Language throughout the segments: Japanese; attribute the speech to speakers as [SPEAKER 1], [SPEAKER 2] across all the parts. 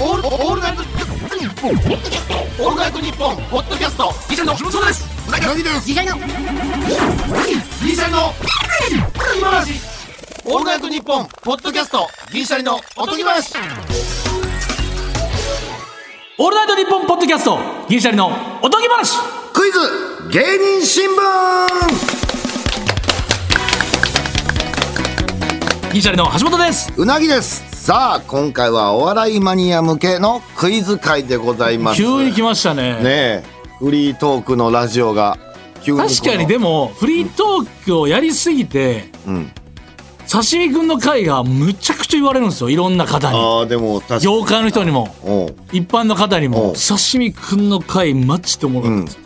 [SPEAKER 1] オールオールナイトニッポンオールナイトニッポンポッドキャストギシャリの木本壮ですうなぎの
[SPEAKER 2] ギシャリの
[SPEAKER 1] ギシャリの今話オールナイトニッポンポッドキャストギシャリのおとぎ話
[SPEAKER 3] オールナイトニッポンポッドキャストギリシャリのおとぎ話
[SPEAKER 4] クイズ芸人新聞
[SPEAKER 3] ギリシャリの橋本です
[SPEAKER 4] うなぎですさあ今回はお笑いマニア向けのクイズ会でございます
[SPEAKER 3] 急に来
[SPEAKER 4] ね
[SPEAKER 3] ましたね
[SPEAKER 4] えフリートークのラジオが急にこの
[SPEAKER 3] 確かにでもフリートークをやりすぎて
[SPEAKER 4] うん
[SPEAKER 3] 刺身くんの回がむちゃくちゃ言われるんですよいろんな方に
[SPEAKER 4] ああでも確かに
[SPEAKER 3] 業界の人にも
[SPEAKER 4] おう
[SPEAKER 3] 一般の方に
[SPEAKER 4] お
[SPEAKER 3] も
[SPEAKER 4] う
[SPEAKER 3] 刺身くんの回マジでおもろかったです、だ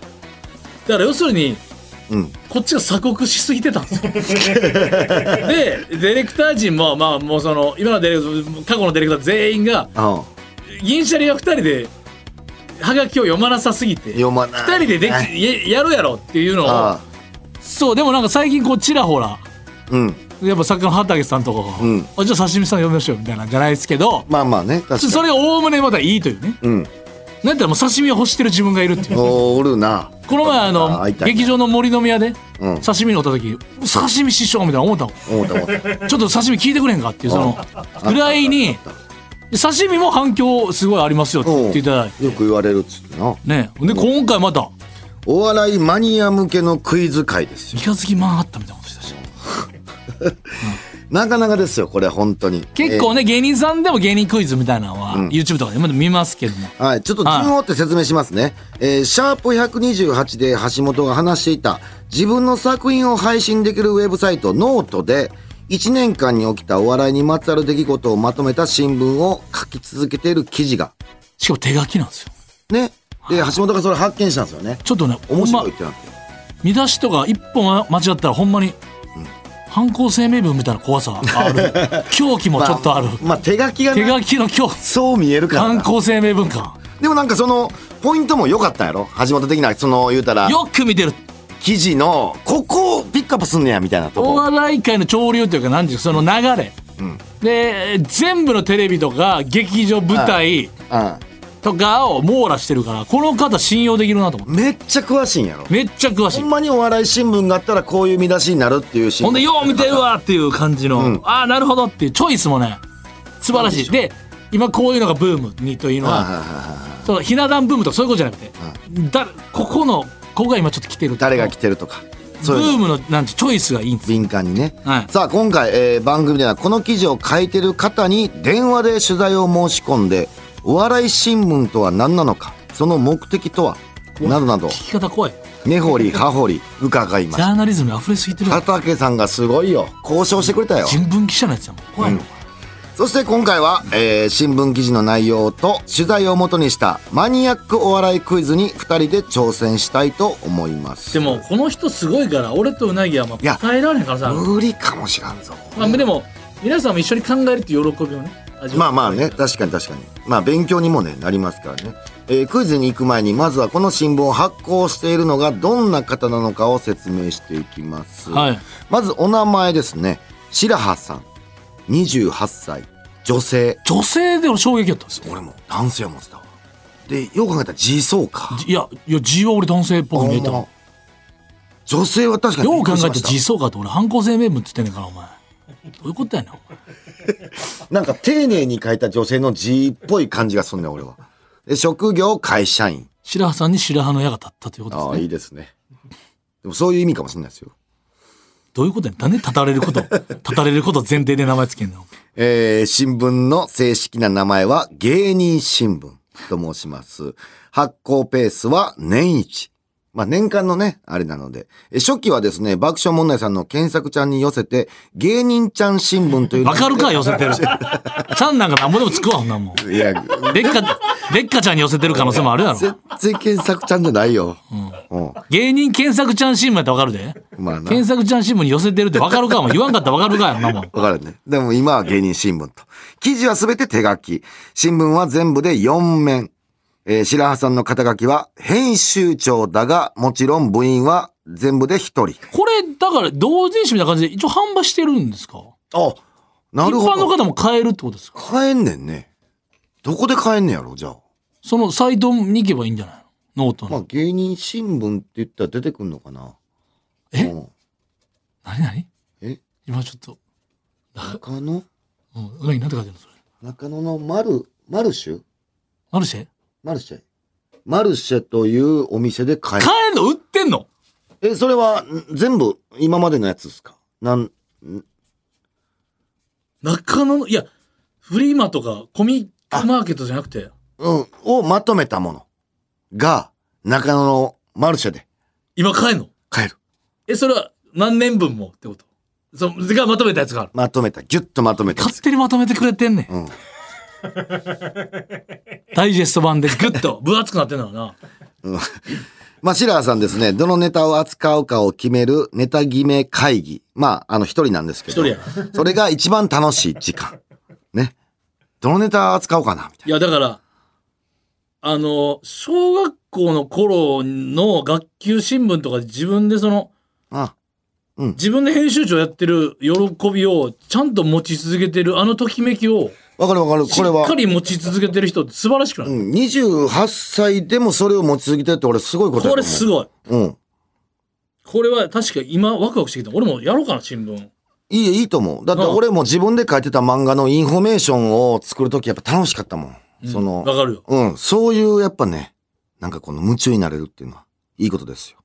[SPEAKER 3] から要するに
[SPEAKER 4] うん
[SPEAKER 3] こっちが鎖国しすぎてたんですよでディレクター陣もまあもうその今のディレク過去のディレクター全員が
[SPEAKER 4] ああ
[SPEAKER 3] 銀シャリは2人でハガキを読まなさすぎて
[SPEAKER 4] 読まない
[SPEAKER 3] 2人でできややろうやろっていうのを
[SPEAKER 4] ああ
[SPEAKER 3] そうでもなんか最近こうちらほら
[SPEAKER 4] うん
[SPEAKER 3] やっぱ作家の畑さんとかが、
[SPEAKER 4] うん
[SPEAKER 3] あじゃあ刺身さん呼びましょうみたいなんじゃないですけど
[SPEAKER 4] まあまあね確かに
[SPEAKER 3] それがおおむねまだいいというね
[SPEAKER 4] うん
[SPEAKER 3] なんてもう刺身を欲してる自分がいるっていう
[SPEAKER 4] おーおるな
[SPEAKER 3] この前あの
[SPEAKER 4] 会いたいな
[SPEAKER 3] 劇場の森の宮で
[SPEAKER 4] うん
[SPEAKER 3] 刺身におった時刺身師匠みたいな 思ったもん
[SPEAKER 4] 思った思 った
[SPEAKER 3] ちょっと刺身聞いてくれんかっていうそのぐらいに刺身も反響すごいありますよって言っていただいて
[SPEAKER 4] よく言われるっつってな
[SPEAKER 3] ねで今回また
[SPEAKER 4] お笑いマニア向けのクイズ会ですよ
[SPEAKER 3] 三日月マンハッタンみたいなことしたし
[SPEAKER 4] なかなかですよこれ本当に
[SPEAKER 3] 結構ね芸人さんでも芸人クイズみたいなのは YouTube とかでも見ますけども
[SPEAKER 4] はい、ちょっと順を追って説明しますね。えーシャープ128で橋本が話していた自分の作品を配信できるウェブサイトノートで1年間に起きたお笑いにまつわる出来事をまとめた新聞を書き続けている記事が。
[SPEAKER 3] しかも手書きなんですよ
[SPEAKER 4] ね。で、橋本がそれ発見したんですよね。
[SPEAKER 3] ちょっとねほ
[SPEAKER 4] 面
[SPEAKER 3] んま
[SPEAKER 4] 白いってなって。
[SPEAKER 3] 見出しとか一本間違ったらほんまに犯行声明文みたいな怖さあ る狂気もちょっとある
[SPEAKER 4] ままあ手書きが
[SPEAKER 3] 手
[SPEAKER 4] ね、
[SPEAKER 3] 書きの狂
[SPEAKER 4] そう見えるから
[SPEAKER 3] 犯
[SPEAKER 4] な。
[SPEAKER 3] 行声明文感
[SPEAKER 4] でもなんかその、ポイントも良かったんやろ橋本的な、その、言うたら、
[SPEAKER 3] よく見てる
[SPEAKER 4] 記事の、ここをピックアップすんねや、みたいなと
[SPEAKER 3] お
[SPEAKER 4] こ。
[SPEAKER 3] 笑い界の潮流というか何ていうかその流れで全部のテレビとか劇場舞台
[SPEAKER 4] うん。
[SPEAKER 3] とかを網羅してるからこの方信用できるなと思って
[SPEAKER 4] めっちゃ詳しいんやろ。
[SPEAKER 3] めっちゃ詳しい
[SPEAKER 4] ほんまにお笑い新聞があったらこういう見出しになるっていう新聞
[SPEAKER 3] ほんで、よう見てるわっていう感じの、
[SPEAKER 4] うん
[SPEAKER 3] ああ、なるほどっていうチョイスもね、素晴らしい。で、今こういうのがブームにというの
[SPEAKER 4] はい
[SPEAKER 3] は、
[SPEAKER 4] はいはいはい
[SPEAKER 3] そのひな壇ブームとかそういうことじゃなくて、だここの、ここが今ちょっと来てる。
[SPEAKER 4] 誰が来てるとか
[SPEAKER 3] ブ
[SPEAKER 4] そうい
[SPEAKER 3] ー
[SPEAKER 4] うの
[SPEAKER 3] ムの、なんて、チョイスがいいんです。
[SPEAKER 4] 敏感にね、
[SPEAKER 3] はい
[SPEAKER 4] さあ今回、えー番組ではこの記事を書いてる方に電話で取材を申し込んでお笑い新聞とは何なのかその目的とはなどなど
[SPEAKER 3] 聞き方怖い。
[SPEAKER 4] 根掘り葉掘り伺いま
[SPEAKER 3] ジ
[SPEAKER 4] し
[SPEAKER 3] ャーナリズムに溢れすぎてる
[SPEAKER 4] た。畑さんがすごいよ交渉してくれたよ
[SPEAKER 3] 新聞記者のやつやもん。怖いの。
[SPEAKER 4] そして今回は、えー新聞記事の内容と取材を元にしたマニアックお笑いクイズに2人で挑戦したいと思います
[SPEAKER 3] でも、この人すごいから、俺とうなぎはま
[SPEAKER 4] いや
[SPEAKER 3] あ答えられへんからさ、
[SPEAKER 4] 無理かもしらんぞ
[SPEAKER 3] まあ、でも、皆さんも一緒に考えるっていう喜びをね、味
[SPEAKER 4] ま
[SPEAKER 3] わ
[SPEAKER 4] あ
[SPEAKER 3] って
[SPEAKER 4] まあね確かに確かにまあ勉強にもねなりますからね、えークイズに行く前にまずはこの新聞を発行しているのがどんな方なのかを説明していきます、
[SPEAKER 3] はい
[SPEAKER 4] まずお名前ですね白羽さん28歳女性
[SPEAKER 3] 女性での衝撃やったんですよ。
[SPEAKER 4] 俺も男性を持ってたわでよく考えたら G そうか
[SPEAKER 3] いや、いや、G は俺男性っぽく見えたもん。
[SPEAKER 4] 女性は確かに
[SPEAKER 3] よ
[SPEAKER 4] びっ
[SPEAKER 3] う
[SPEAKER 4] くり
[SPEAKER 3] 考え
[SPEAKER 4] したま
[SPEAKER 3] ら
[SPEAKER 4] した
[SPEAKER 3] 自相かって俺犯行声明文っつってんねんからお前どういうことやねんお前
[SPEAKER 4] なんか丁寧に書いた女性の字っぽい感じがすんねん俺はで職業会社員
[SPEAKER 3] 白羽さんに白羽の矢が立ったというこ
[SPEAKER 4] あ
[SPEAKER 3] と
[SPEAKER 4] あ
[SPEAKER 3] です
[SPEAKER 4] い
[SPEAKER 3] ね
[SPEAKER 4] いですねでもそういう意味かもしれないですよ
[SPEAKER 3] どういうことやねんなんで立たれること立たれること前提で名前つけんの
[SPEAKER 4] えー新聞の正式な名前は芸人新聞と申します。発行ペースは年一。まあ年間のね、あれなので。え初期はですね、爆笑問題さんの検索ちゃんに寄せて、芸人ちゃん新聞というの
[SPEAKER 3] わ
[SPEAKER 4] を
[SPEAKER 3] かるか寄 せてるちゃんなんかなんぼでもつくわほんなんもん
[SPEAKER 4] いや、
[SPEAKER 3] 劣化劣化ちゃんに寄せてる可能性もあるや ろ
[SPEAKER 4] 絶対検索ちゃんじゃないよ。うん。
[SPEAKER 3] 芸人検索ちゃん新聞やったらわかるで
[SPEAKER 4] まあな。
[SPEAKER 3] 検索ちゃん新聞に寄せてるってわかるかも言わんかったらわかるかやろな もん
[SPEAKER 4] わかるね。でも今は芸人新聞と。記事はすべて手書き。新聞は全部で4面。えー白羽さんの肩書きは編集長だが、もちろん部員は全部で1人。
[SPEAKER 3] これだから同人誌みたいな感じで一応販売してるんですか
[SPEAKER 4] あ、な
[SPEAKER 3] 一
[SPEAKER 4] るほ
[SPEAKER 3] 般の
[SPEAKER 4] ど。
[SPEAKER 3] 方も買えるってことですか
[SPEAKER 4] 変えんねんね。どこで買えんねやろ、じゃあ。
[SPEAKER 3] そのサイトに行けばいいんじゃないのノート
[SPEAKER 4] まあ
[SPEAKER 3] の。
[SPEAKER 4] 芸人新聞って言ったら出てくんのかな。
[SPEAKER 3] え
[SPEAKER 4] うん
[SPEAKER 3] 何何
[SPEAKER 4] え
[SPEAKER 3] 今ちょっと、
[SPEAKER 4] 中野
[SPEAKER 3] うん、何何て書いてるのそれ。
[SPEAKER 4] 中野のマル、マルシュ
[SPEAKER 3] マルシェ
[SPEAKER 4] マルシェマルシェというお店で買える。
[SPEAKER 3] 買えんの売ってんの
[SPEAKER 4] え、それはん全部今までのやつですかなん、
[SPEAKER 3] 中野の、いや、フリーマとかコミックマーケットじゃなくて、
[SPEAKER 4] うん、をまとめたものが中野のマルシェで
[SPEAKER 3] 今買えんの
[SPEAKER 4] 買える。
[SPEAKER 3] え、それは何年分もってことそのがまとめたやつがある。
[SPEAKER 4] まとめた。ギュッとまとめたやつ。
[SPEAKER 3] 勝手にまとめてくれてんねん。
[SPEAKER 4] うん。
[SPEAKER 3] ダイジェスト版でグッと分厚くなってんのよな。
[SPEAKER 4] まあ、シラーさんですね、どのネタを扱うかを決めるネタ決め会議。まあ、あの、一人なんですけど。
[SPEAKER 3] 一人や
[SPEAKER 4] それが一番楽しい時間。ね。どのネタ扱おうかな、みたい
[SPEAKER 3] いや、だから、あの、小学校の頃の学級新聞とかで自分でその、
[SPEAKER 4] な。あ
[SPEAKER 3] 自分で編集長やってる喜びをちゃんと持ち続けてる、あのときめきを、
[SPEAKER 4] わかるわかる。
[SPEAKER 3] し
[SPEAKER 4] これ
[SPEAKER 3] っ
[SPEAKER 4] は
[SPEAKER 3] か。り持ち続けてる人って素晴らしくな
[SPEAKER 4] う
[SPEAKER 3] い、
[SPEAKER 4] ん。28歳でもそれを持ち続けてるって俺すごいことやと
[SPEAKER 3] こ
[SPEAKER 4] 思
[SPEAKER 3] れ
[SPEAKER 4] う。
[SPEAKER 3] すごい。
[SPEAKER 4] うん。
[SPEAKER 3] これは確か今ワクワクしてきた。俺もやろうかな、新聞。
[SPEAKER 4] いい、いいと思う。だって
[SPEAKER 3] うん
[SPEAKER 4] 俺も自分で書いてた漫画のインフォメーションを作るときやっぱ楽しかったもん。その、
[SPEAKER 3] わかるよ。
[SPEAKER 4] うん、そういうやっぱね、なんかこの夢中になれるっていうのは、いいことですよ。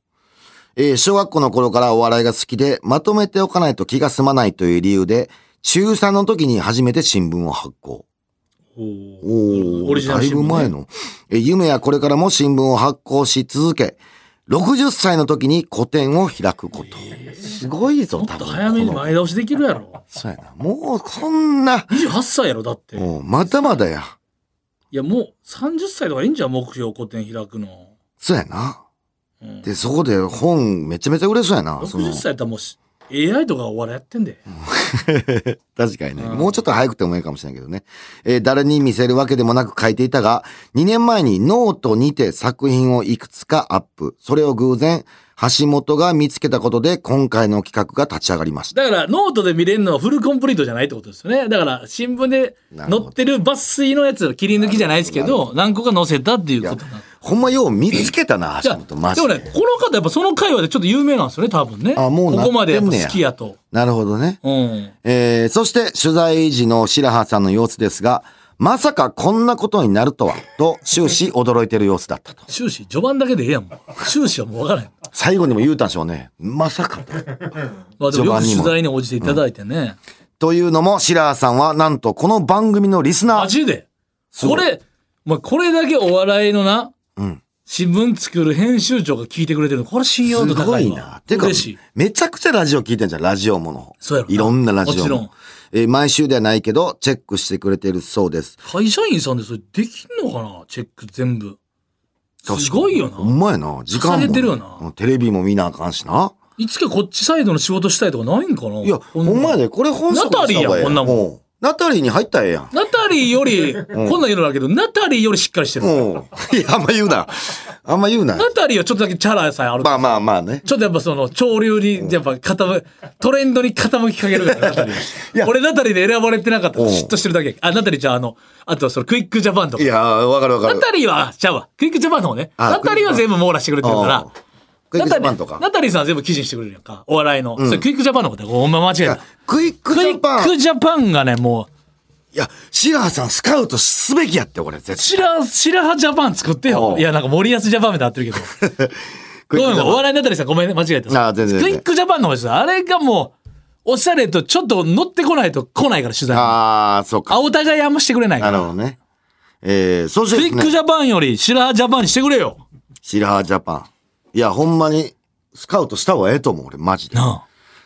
[SPEAKER 4] えー小学校の頃からお笑いが好きで、まとめておかないと気が済まないという理由で、中3の時に初めて新聞を発行。
[SPEAKER 3] おー
[SPEAKER 4] お
[SPEAKER 3] オ
[SPEAKER 4] お、
[SPEAKER 3] リジナ
[SPEAKER 4] だ
[SPEAKER 3] ル
[SPEAKER 4] い
[SPEAKER 3] 新
[SPEAKER 4] ぶ
[SPEAKER 3] 聞、ね。
[SPEAKER 4] 前の。え夢やこれからも新聞を発行し続け、60歳の時に個展を開くこと。すごいぞ、
[SPEAKER 3] も
[SPEAKER 4] 多
[SPEAKER 3] っと
[SPEAKER 4] 分
[SPEAKER 3] 早めに
[SPEAKER 4] この
[SPEAKER 3] 前倒しできるや ろ。
[SPEAKER 4] そうやな。もう、こんな、
[SPEAKER 3] 28歳やろ、だって。
[SPEAKER 4] もう、まだまだや。
[SPEAKER 3] いや、もう30歳とかいいんじゃん、目標、個展開くの。
[SPEAKER 4] そうやな。
[SPEAKER 3] うん、
[SPEAKER 4] で、そこで本めちゃめちゃ売れそうやな。その
[SPEAKER 3] 60歳やったらもうし AI とかお笑いやってんで。
[SPEAKER 4] 確かにね。
[SPEAKER 3] うん
[SPEAKER 4] もうちょっと早くてもいいかもしれないけどね。えー誰に見せるわけでもなく書いていたが、2年前にノートにて作品をいくつかアップ。それを偶然、橋本が見つけたことで、今回の企画が立ち上がりました。
[SPEAKER 3] だから、ノートで見れるのはフルコンプリートじゃないってことですよね。だから、新聞で載ってる抜粋のやつ、切り抜きじゃないですけど、何個か載せたっていうことなん
[SPEAKER 4] ほんまよう見つけたな、
[SPEAKER 3] じ
[SPEAKER 4] 橋
[SPEAKER 3] ゃあ
[SPEAKER 4] 本。マ
[SPEAKER 3] で
[SPEAKER 4] ジ
[SPEAKER 3] も
[SPEAKER 4] で。
[SPEAKER 3] ね、この方やっぱその会話でちょっと有名なんですよね、多分ね。
[SPEAKER 4] あもうな
[SPEAKER 3] ここまでやっぱ
[SPEAKER 4] ってんねや
[SPEAKER 3] 好きやと。
[SPEAKER 4] なるほどね。
[SPEAKER 3] うん。
[SPEAKER 4] えーそして取材時の白羽さんの様子ですが、まさかこんなことになるとは、と終始驚いてる様子だったと。
[SPEAKER 3] 終始、序盤だけでええやんもん。終始はもうわからへん。
[SPEAKER 4] 最後にも言うたんでしょうね。まさかと。
[SPEAKER 3] まあでもよく
[SPEAKER 4] 序盤に
[SPEAKER 3] 取
[SPEAKER 4] も
[SPEAKER 3] 材に応じていただいてね。
[SPEAKER 4] というのも、白羽さんはなんとこの番組のリスナ
[SPEAKER 3] マ
[SPEAKER 4] ー。
[SPEAKER 3] ジで。
[SPEAKER 4] ご
[SPEAKER 3] こ
[SPEAKER 4] い
[SPEAKER 3] れ、まあこれだけお笑いのな、
[SPEAKER 4] うん。
[SPEAKER 3] 新聞作る編集長が聞いてくれてるの、これ信用
[SPEAKER 4] す
[SPEAKER 3] 度
[SPEAKER 4] ご
[SPEAKER 3] 高い
[SPEAKER 4] い
[SPEAKER 3] わ。
[SPEAKER 4] な。てか
[SPEAKER 3] 嬉しい。、
[SPEAKER 4] めちゃくちゃラジオ聞いてんじゃん、ラジオもの。
[SPEAKER 3] そうやろない
[SPEAKER 4] ろんなラジオ
[SPEAKER 3] も
[SPEAKER 4] も。
[SPEAKER 3] ちろん
[SPEAKER 4] えー毎週ではないけど、チェックしてくれてるそうです。
[SPEAKER 3] 会社員さんでそれできんのかなチェック全部。
[SPEAKER 4] 確かに
[SPEAKER 3] すごいよ
[SPEAKER 4] ほん
[SPEAKER 3] な。
[SPEAKER 4] まやな。時間も。
[SPEAKER 3] 捧げてるよな
[SPEAKER 4] うんテレビも見なあかんしな。
[SPEAKER 3] いつかこっちサイドの仕事したいとかないんかない
[SPEAKER 4] いや、ほんまや。で、これ本職にした方がええ
[SPEAKER 3] ナタリーやんこんなもん
[SPEAKER 4] うナタリーに入ったらええやん。
[SPEAKER 3] ナタリーより、こんなん言うのだけど、ナタリーよりしっかりしてる。
[SPEAKER 4] うん。いや、あんま言うな。あんま言うな。
[SPEAKER 3] ナタリーはちょっとだけチャラさえある。
[SPEAKER 4] まあまあまあね。
[SPEAKER 3] ちょっとやっぱその潮流に、やっぱ傾、トレンドに傾きかけるから、ナタリー。俺ナタリーで選ばれてなかったら
[SPEAKER 4] うん
[SPEAKER 3] 嫉妬してるだけ。あ、ナタリーじゃああの、あとはそのクイックジャパンとか
[SPEAKER 4] い。やー、わかるわか
[SPEAKER 3] ナ
[SPEAKER 4] る。
[SPEAKER 3] タリーは、ちゃうわ。クイックジャパンの方ね。
[SPEAKER 4] あ
[SPEAKER 3] ナタリーは全部網羅してくれてるから
[SPEAKER 4] うん。クイックジャパンとか
[SPEAKER 3] ナタリー。ナタリーさんは全部記事にしてくれるやんか。お笑いの。それクイックジャパンのことだ。ほんま間違えた。
[SPEAKER 4] クイック
[SPEAKER 3] ク
[SPEAKER 4] ジ
[SPEAKER 3] イ
[SPEAKER 4] ャパ
[SPEAKER 3] ッ
[SPEAKER 4] ン。
[SPEAKER 3] ク
[SPEAKER 4] い
[SPEAKER 3] ジャパンがね、もう、
[SPEAKER 4] や、白羽さんスカウトすべきやって、これ、絶対。
[SPEAKER 3] 白、白羽ジャパン作って
[SPEAKER 4] お
[SPEAKER 3] よ。
[SPEAKER 4] う
[SPEAKER 3] いや、なんか森安ジャパンみたいになってるけど。
[SPEAKER 4] クイックジャパン
[SPEAKER 3] ごめんごめん、お笑いのナタリーさんごめんね、間違えた。
[SPEAKER 4] あ全然全
[SPEAKER 3] クイ
[SPEAKER 4] 然
[SPEAKER 3] ックジャパンの方です。あれがもう、おしゃれとちょっと乗ってこないと来ないから、取材。あ、
[SPEAKER 4] あー、そうか。
[SPEAKER 3] お互いあんましてくれない
[SPEAKER 4] な
[SPEAKER 3] か
[SPEAKER 4] る
[SPEAKER 3] ら。
[SPEAKER 4] ほどね。えー、そして
[SPEAKER 3] ク
[SPEAKER 4] で
[SPEAKER 3] イ
[SPEAKER 4] す
[SPEAKER 3] ックジ
[SPEAKER 4] ね、
[SPEAKER 3] ャパンより白羽ジャパンにしてくれよ。
[SPEAKER 4] 白羽ジャパン。いや、ほんまに、スカウトした方がええと思う、俺、マジで。
[SPEAKER 3] なあ。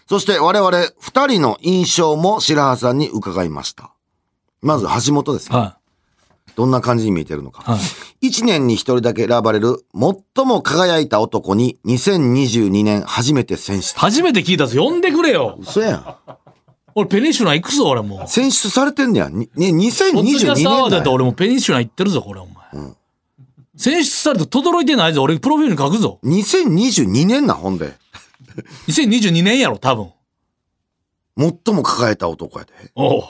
[SPEAKER 4] そして、我々、二人の印象も白羽さんに伺いました。まず、橋本ですね。
[SPEAKER 3] は
[SPEAKER 4] どんな感じに見えてるのか。
[SPEAKER 3] はい
[SPEAKER 4] 一年に一人だけ選ばれる最も輝いた男に2022年初めて選
[SPEAKER 3] い。
[SPEAKER 4] 出。
[SPEAKER 3] 初めて聞いたぞ。呼んでくれよ。
[SPEAKER 4] 嘘やん。
[SPEAKER 3] 俺、ペニンシュラ行くぞ、俺もう。
[SPEAKER 4] 選出されてんねや。にね、
[SPEAKER 3] ポッドキ
[SPEAKER 4] 2022
[SPEAKER 3] ャス
[SPEAKER 4] 年
[SPEAKER 3] トアワードや
[SPEAKER 4] だ
[SPEAKER 3] ったら
[SPEAKER 4] よ。
[SPEAKER 3] 俺もうペニンシュラ行ってるぞ、これ、お前。選出されて轟いてないぞ。俺、プロフィールに書くぞ。
[SPEAKER 4] 2022年な、ほんで。
[SPEAKER 3] 2022年やろ、多分。
[SPEAKER 4] 最も輝いた男やで。
[SPEAKER 3] おう。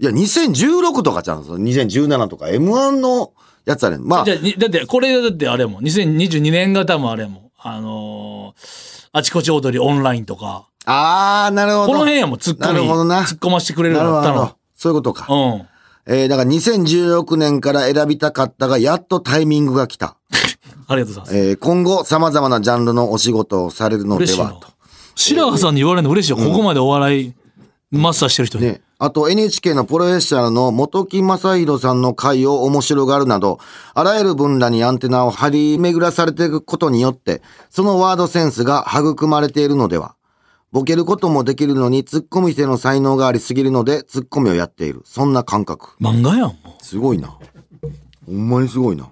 [SPEAKER 4] いや、2016とかちゃうんですよ。2017とか M1 のやつあれ。まあ
[SPEAKER 3] じゃ、あにだってこれだってあれやもん2022年が多分あれやもんあのーあちこち踊りオンラインとか
[SPEAKER 4] あー、なるほど。
[SPEAKER 3] この辺やもんツッコ
[SPEAKER 4] な
[SPEAKER 3] ミ
[SPEAKER 4] るほどな
[SPEAKER 3] 突っ込ましてくれるよ
[SPEAKER 4] な
[SPEAKER 3] う
[SPEAKER 4] る
[SPEAKER 3] に
[SPEAKER 4] ほ
[SPEAKER 3] なっ
[SPEAKER 4] ど
[SPEAKER 3] た
[SPEAKER 4] なるほ
[SPEAKER 3] の
[SPEAKER 4] ど。そういうことか。
[SPEAKER 3] うん
[SPEAKER 4] えー、だから2016年から選びたかったが、やっとタイミングが来た。
[SPEAKER 3] ありがとうございます、
[SPEAKER 4] えー、今後、様々なジャンルのお仕事をされるので
[SPEAKER 3] 嬉しいな
[SPEAKER 4] はと。
[SPEAKER 3] 白川さんに言われるの嬉しいよ、ここまでお笑いマスターしてる人に、
[SPEAKER 4] ね、あと NHK のプロフェッショナルの元木正宏さんの回を面白がるなど、あらゆる分野にアンテナを張り巡らされていくことによって、そのワードセンスが育まれているのでは。ボケることもできるのに、ツッコミ手の才能がありすぎるので、ツッコミをやっている。そんな感覚。
[SPEAKER 3] 漫画やんも
[SPEAKER 4] すごいな。ほんまにすごいな。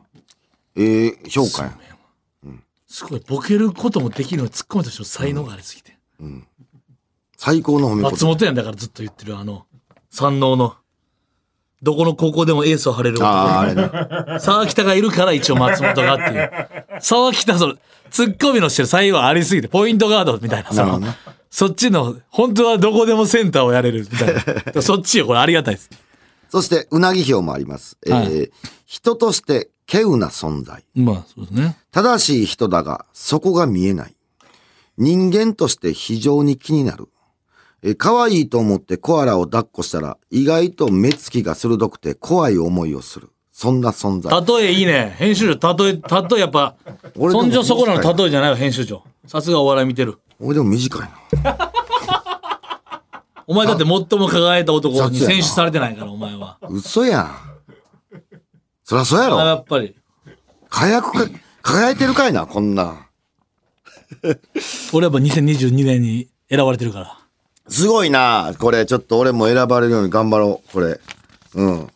[SPEAKER 4] えー、評価や。
[SPEAKER 3] うすごいボケることもできるのにツッコミとしての才能がありすぎて、
[SPEAKER 4] 最高の褒め言
[SPEAKER 3] 松
[SPEAKER 4] 葉。
[SPEAKER 3] 本やんだからずっと言ってるあの山王のどこの高校でもエースを張れる男
[SPEAKER 4] ああー、あれな。
[SPEAKER 3] 沢北がいるから一応松本がっていう沢北そのツッコミのしてる才能ありすぎてポイントガードみたいな
[SPEAKER 4] な
[SPEAKER 3] そ
[SPEAKER 4] るほど
[SPEAKER 3] の
[SPEAKER 4] ね
[SPEAKER 3] そっちの本当はどこでもセンターをやれるみたい なそっちよこれありがたいです
[SPEAKER 4] そして、うなぎ票もあります。えー
[SPEAKER 3] はい
[SPEAKER 4] 人として、稀有な存在。
[SPEAKER 3] まあそうですね
[SPEAKER 4] 正しい人だが、そこが見えない。人間として非常に気になる。え、可愛いと思ってコアラを抱っこしたら、意外と目つきが鋭くて怖い思いをする。そんな存在。
[SPEAKER 3] 例えいいね編集長例え例えやっぱ
[SPEAKER 4] 俺でも
[SPEAKER 3] そんじょそこらの例えじゃないよ編集長さすがお笑い見てる
[SPEAKER 4] 俺でも短いな。
[SPEAKER 3] お前だって最も輝いた男に
[SPEAKER 4] 雑やな
[SPEAKER 3] 選出されてないからお前は
[SPEAKER 4] 嘘やん。そりゃそうや
[SPEAKER 3] お前はや
[SPEAKER 4] ろ。
[SPEAKER 3] っぱり
[SPEAKER 4] 輝くか、輝いてるかいな、こんな。
[SPEAKER 3] 俺はやっぱ2022年に選ばれてるから
[SPEAKER 4] すごいな。これ、ちょっと俺も選ばれるように頑張ろう。これ。うん。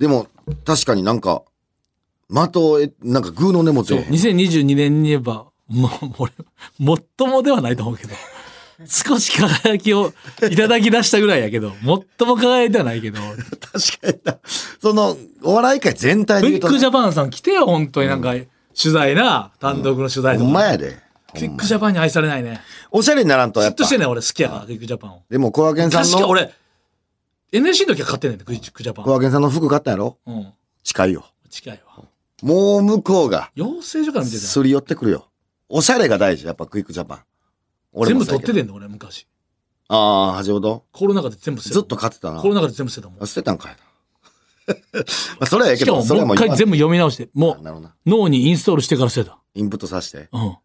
[SPEAKER 4] でも、確かになんか、的をえ、なんかグーの根もつ
[SPEAKER 3] そう2022年に言えばもう俺もっともではないと思 うけど少し輝きをいただき出したぐらいやけどもっとも輝いてはないけど
[SPEAKER 4] 確かにな。その、お笑い界全体で
[SPEAKER 3] ブ
[SPEAKER 4] 言う
[SPEAKER 3] リッ
[SPEAKER 4] と
[SPEAKER 3] クジャパンさん来てよ本当になんか取材な単独の取材
[SPEAKER 4] ほ
[SPEAKER 3] とか
[SPEAKER 4] んまやで。
[SPEAKER 3] クイックジャパンに愛されないね
[SPEAKER 4] おしゃれにならんと
[SPEAKER 3] 嫉
[SPEAKER 4] やっ
[SPEAKER 3] 妬
[SPEAKER 4] ぱ
[SPEAKER 3] し。てんねん俺好きやからクイックジャパンを
[SPEAKER 4] でも、小ケンさん
[SPEAKER 3] 確か
[SPEAKER 4] の、
[SPEAKER 3] 俺 NSC の時は買ってんねんクイックジャパン
[SPEAKER 4] 小ケンさんの服買ったやろ
[SPEAKER 3] うん
[SPEAKER 4] 近いよ。
[SPEAKER 3] 近いわ
[SPEAKER 4] もう向こうが、
[SPEAKER 3] 養成所から見てた
[SPEAKER 4] すり寄ってくるよ。おしゃれが大事、やっぱクイックジャパン。俺
[SPEAKER 3] 全
[SPEAKER 4] も
[SPEAKER 3] 部
[SPEAKER 4] そう
[SPEAKER 3] 取
[SPEAKER 4] やけど
[SPEAKER 3] っててんねん俺昔
[SPEAKER 4] ああ、橋本。
[SPEAKER 3] コロナ禍で全部捨てた
[SPEAKER 4] ずっと買ってたな
[SPEAKER 3] コ。ロナ禍で全部捨てたもん
[SPEAKER 4] あ捨てたんかいな。 まあ、それはええ
[SPEAKER 3] し
[SPEAKER 4] け
[SPEAKER 3] か
[SPEAKER 4] ど、
[SPEAKER 3] も
[SPEAKER 4] それは
[SPEAKER 3] もう
[SPEAKER 4] 言
[SPEAKER 3] 一回
[SPEAKER 4] わん
[SPEAKER 3] 全部読み直してもう
[SPEAKER 4] なるほどな。
[SPEAKER 3] 脳にインストールしてから捨てた。
[SPEAKER 4] インプットさせて。
[SPEAKER 3] うん。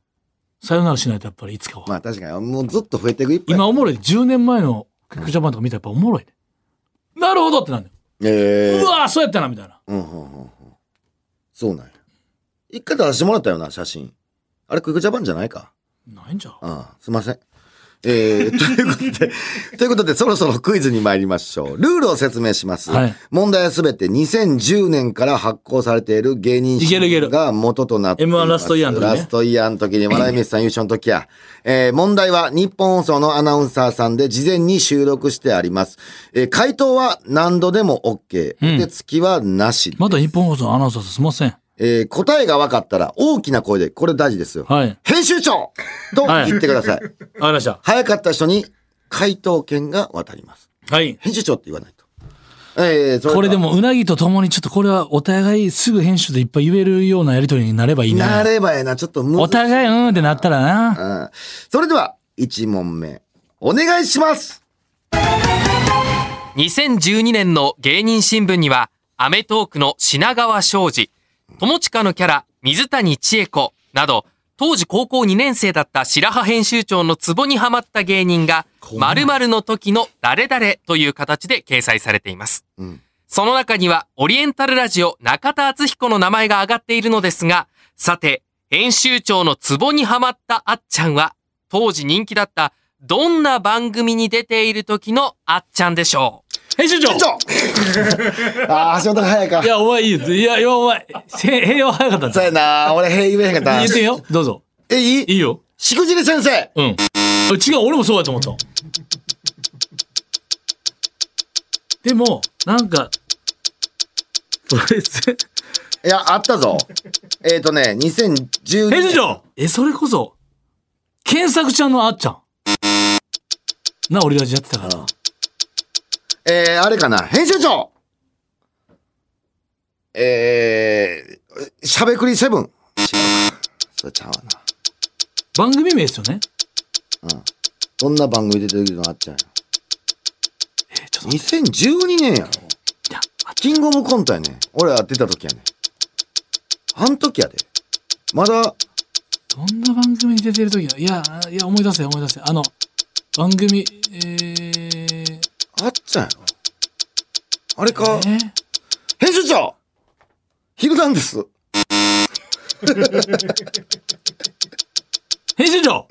[SPEAKER 3] さよならしないとやっぱりいつかは。
[SPEAKER 4] まあ確かに、もうずっと増えていく一歩や
[SPEAKER 3] 今おもろい。10年前のクックジャパンとか見たらやっぱおもろい、ね。なるほどってなんだよ。
[SPEAKER 4] ええ
[SPEAKER 3] うわーそうやったなみたいな。
[SPEAKER 4] うんうんうんうん。そうなんや。一回出してもらったよな、写真。あれ、クイックジャパンじゃないか。
[SPEAKER 3] ないんちゃう
[SPEAKER 4] うん、すいません。えー、と いうことで、ということで、そろそろクイズに参りましょう。ルールを説明します。
[SPEAKER 3] はい
[SPEAKER 4] 問題はすべて2010年から発行されている芸人
[SPEAKER 3] いけるいける
[SPEAKER 4] が元となっています。
[SPEAKER 3] M1 ラストイヤーの時ね
[SPEAKER 4] ラストイヤーの時に、笑い飯さん優勝の時や。えー、問題は日本放送のアナウンサーさんで事前に収録してあります。えー、回答は何度でも OK。
[SPEAKER 3] うん
[SPEAKER 4] で、月はなし。
[SPEAKER 3] また日本放送のアナウンサーさんすいません。
[SPEAKER 4] えー答えが分かったら大きな声で、これ大事ですよ。
[SPEAKER 3] はい。
[SPEAKER 4] 編集長と言ってくださ い。
[SPEAKER 3] ありました。
[SPEAKER 4] 早かった人に回答権が渡ります。
[SPEAKER 3] はい。
[SPEAKER 4] 編集長って言わないと。えー、そ
[SPEAKER 3] これで
[SPEAKER 4] も。
[SPEAKER 3] もうなぎとともにちょっとこれはお互いすぐ編集でいっぱい言えるようなやりとりになればいい
[SPEAKER 4] な
[SPEAKER 3] な。
[SPEAKER 4] ればええな、ちょっとむ
[SPEAKER 3] お
[SPEAKER 4] ず
[SPEAKER 3] 互いうんってなったらな。
[SPEAKER 4] うんそれでは、1問目。お願いします
[SPEAKER 2] 2012年の芸人新聞には、アメトークの品川庄司、友近のキャラ水谷千恵子など、当時高校2年生だった白羽編集長の壺にはまった芸人が、〇〇の時の誰々という形で掲載されています。
[SPEAKER 4] うん。
[SPEAKER 2] その中には、オリエンタルラジオ中田敦彦の名前が挙がっているのですが、さて、編集長のツボにはまったあっちゃんは、当時人気だった、どんな番組に出ている時のあっちゃんでしょ
[SPEAKER 3] 編集長
[SPEAKER 4] 編集 長ああ、橋本が早いか
[SPEAKER 3] い。や、お前いいよ。いや、いやお前、へ平和早かった
[SPEAKER 4] そうやな俺、へい言えへんかった
[SPEAKER 3] 言っ。てよ。どうぞ。
[SPEAKER 4] え、い
[SPEAKER 3] い
[SPEAKER 4] い
[SPEAKER 3] いよ。
[SPEAKER 4] しくじり先生
[SPEAKER 3] うん。違う、俺もそうやと思った。でも、なんか、これぜ、
[SPEAKER 4] いや、あったぞ。えっ、ー、とね、2010
[SPEAKER 3] 編集
[SPEAKER 4] 年。
[SPEAKER 3] 長え、それこそ、検索ちゃんのあっちゃん。な、俺らじやってたから。
[SPEAKER 4] えー、あれかな、編集長えー、しゃべくりセブン。違うか。それちゃうわな。
[SPEAKER 3] 番組名ですよね。
[SPEAKER 4] どんな番組出てるのあっちゃんや。
[SPEAKER 3] えー、ちょっと待って。
[SPEAKER 4] 2012年やろ。
[SPEAKER 3] いやあ
[SPEAKER 4] キングオブコントやねん。俺は出た時やねん。あん時やで。まだ、
[SPEAKER 3] どんな番組に出てる時のいや、いや、思い出せ、思い出せ。あの、番組、えー、
[SPEAKER 4] あっちゃんやろ。あれか、
[SPEAKER 3] えー
[SPEAKER 4] 編集長ヒルダンデス。
[SPEAKER 3] 編集長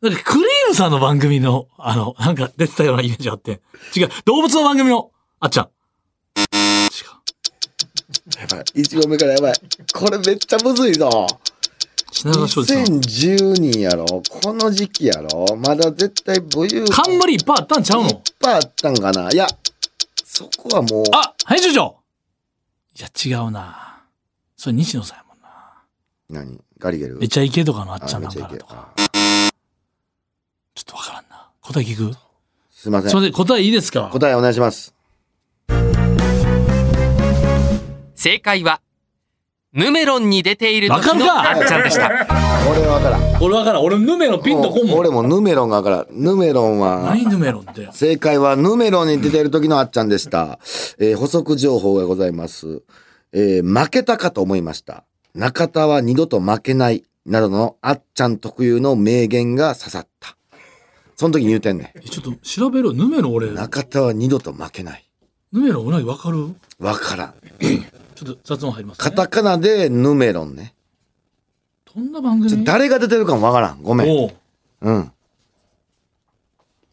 [SPEAKER 3] なんか、クリームさんの番組の、あの、なんか出てたようなイメージあって。違う、動物の番組の、あっちゃん。違う。
[SPEAKER 4] やばい。1号目からやばい。これめっちゃむずいぞ。
[SPEAKER 3] 品川庄司さん。
[SPEAKER 4] 2012やろ。この時期やろ。まだ絶対武勇いっ
[SPEAKER 3] 冠いっぱいあったんちゃうの
[SPEAKER 4] ぱいあったんかな。いや、そこはもう、
[SPEAKER 3] あ編集長いや、違うなそれ西野さんやもんな。
[SPEAKER 4] 何ガリゲル
[SPEAKER 3] めちゃイケとかのあっちゃん
[SPEAKER 4] め
[SPEAKER 3] な
[SPEAKER 4] っ
[SPEAKER 3] ん
[SPEAKER 4] ちゃ
[SPEAKER 3] か
[SPEAKER 4] いけ
[SPEAKER 3] とか。
[SPEAKER 4] あ
[SPEAKER 3] ちょっとわからんな。答え聞く
[SPEAKER 4] すいますせ
[SPEAKER 3] いま
[SPEAKER 4] ん。
[SPEAKER 3] せん、答えいいですか
[SPEAKER 4] 答えお願いします。
[SPEAKER 2] 正解は、ヌメロンに出ている時の
[SPEAKER 3] わか
[SPEAKER 2] あ
[SPEAKER 3] るか
[SPEAKER 2] っちゃんでした。
[SPEAKER 4] 俺はわからん。
[SPEAKER 3] 俺わからん。俺ヌメロンピンとこんもん。
[SPEAKER 4] 俺もヌメロンがからヌメロンは
[SPEAKER 3] 何ヌメロンって。
[SPEAKER 4] 正解はヌメロンに出てる時のあっちゃんでした、えー補足情報がございます、えー負けたかと思いました中田は二度と負けないなどのあっちゃん特有の名言が刺さったその時に言うてんね
[SPEAKER 3] えちょっと調べろ。ヌメロン俺、
[SPEAKER 4] ん
[SPEAKER 3] ヌ
[SPEAKER 4] 中田は二度と負けない
[SPEAKER 3] メロンうなぎわかる
[SPEAKER 4] わからん
[SPEAKER 3] ちょっと雑音入ります、
[SPEAKER 4] カ
[SPEAKER 3] ね。
[SPEAKER 4] タカナでヌメロンね
[SPEAKER 3] どんな番
[SPEAKER 4] ちょ
[SPEAKER 3] 組
[SPEAKER 4] 誰が出てるかもわからんごめん
[SPEAKER 3] おう
[SPEAKER 4] うん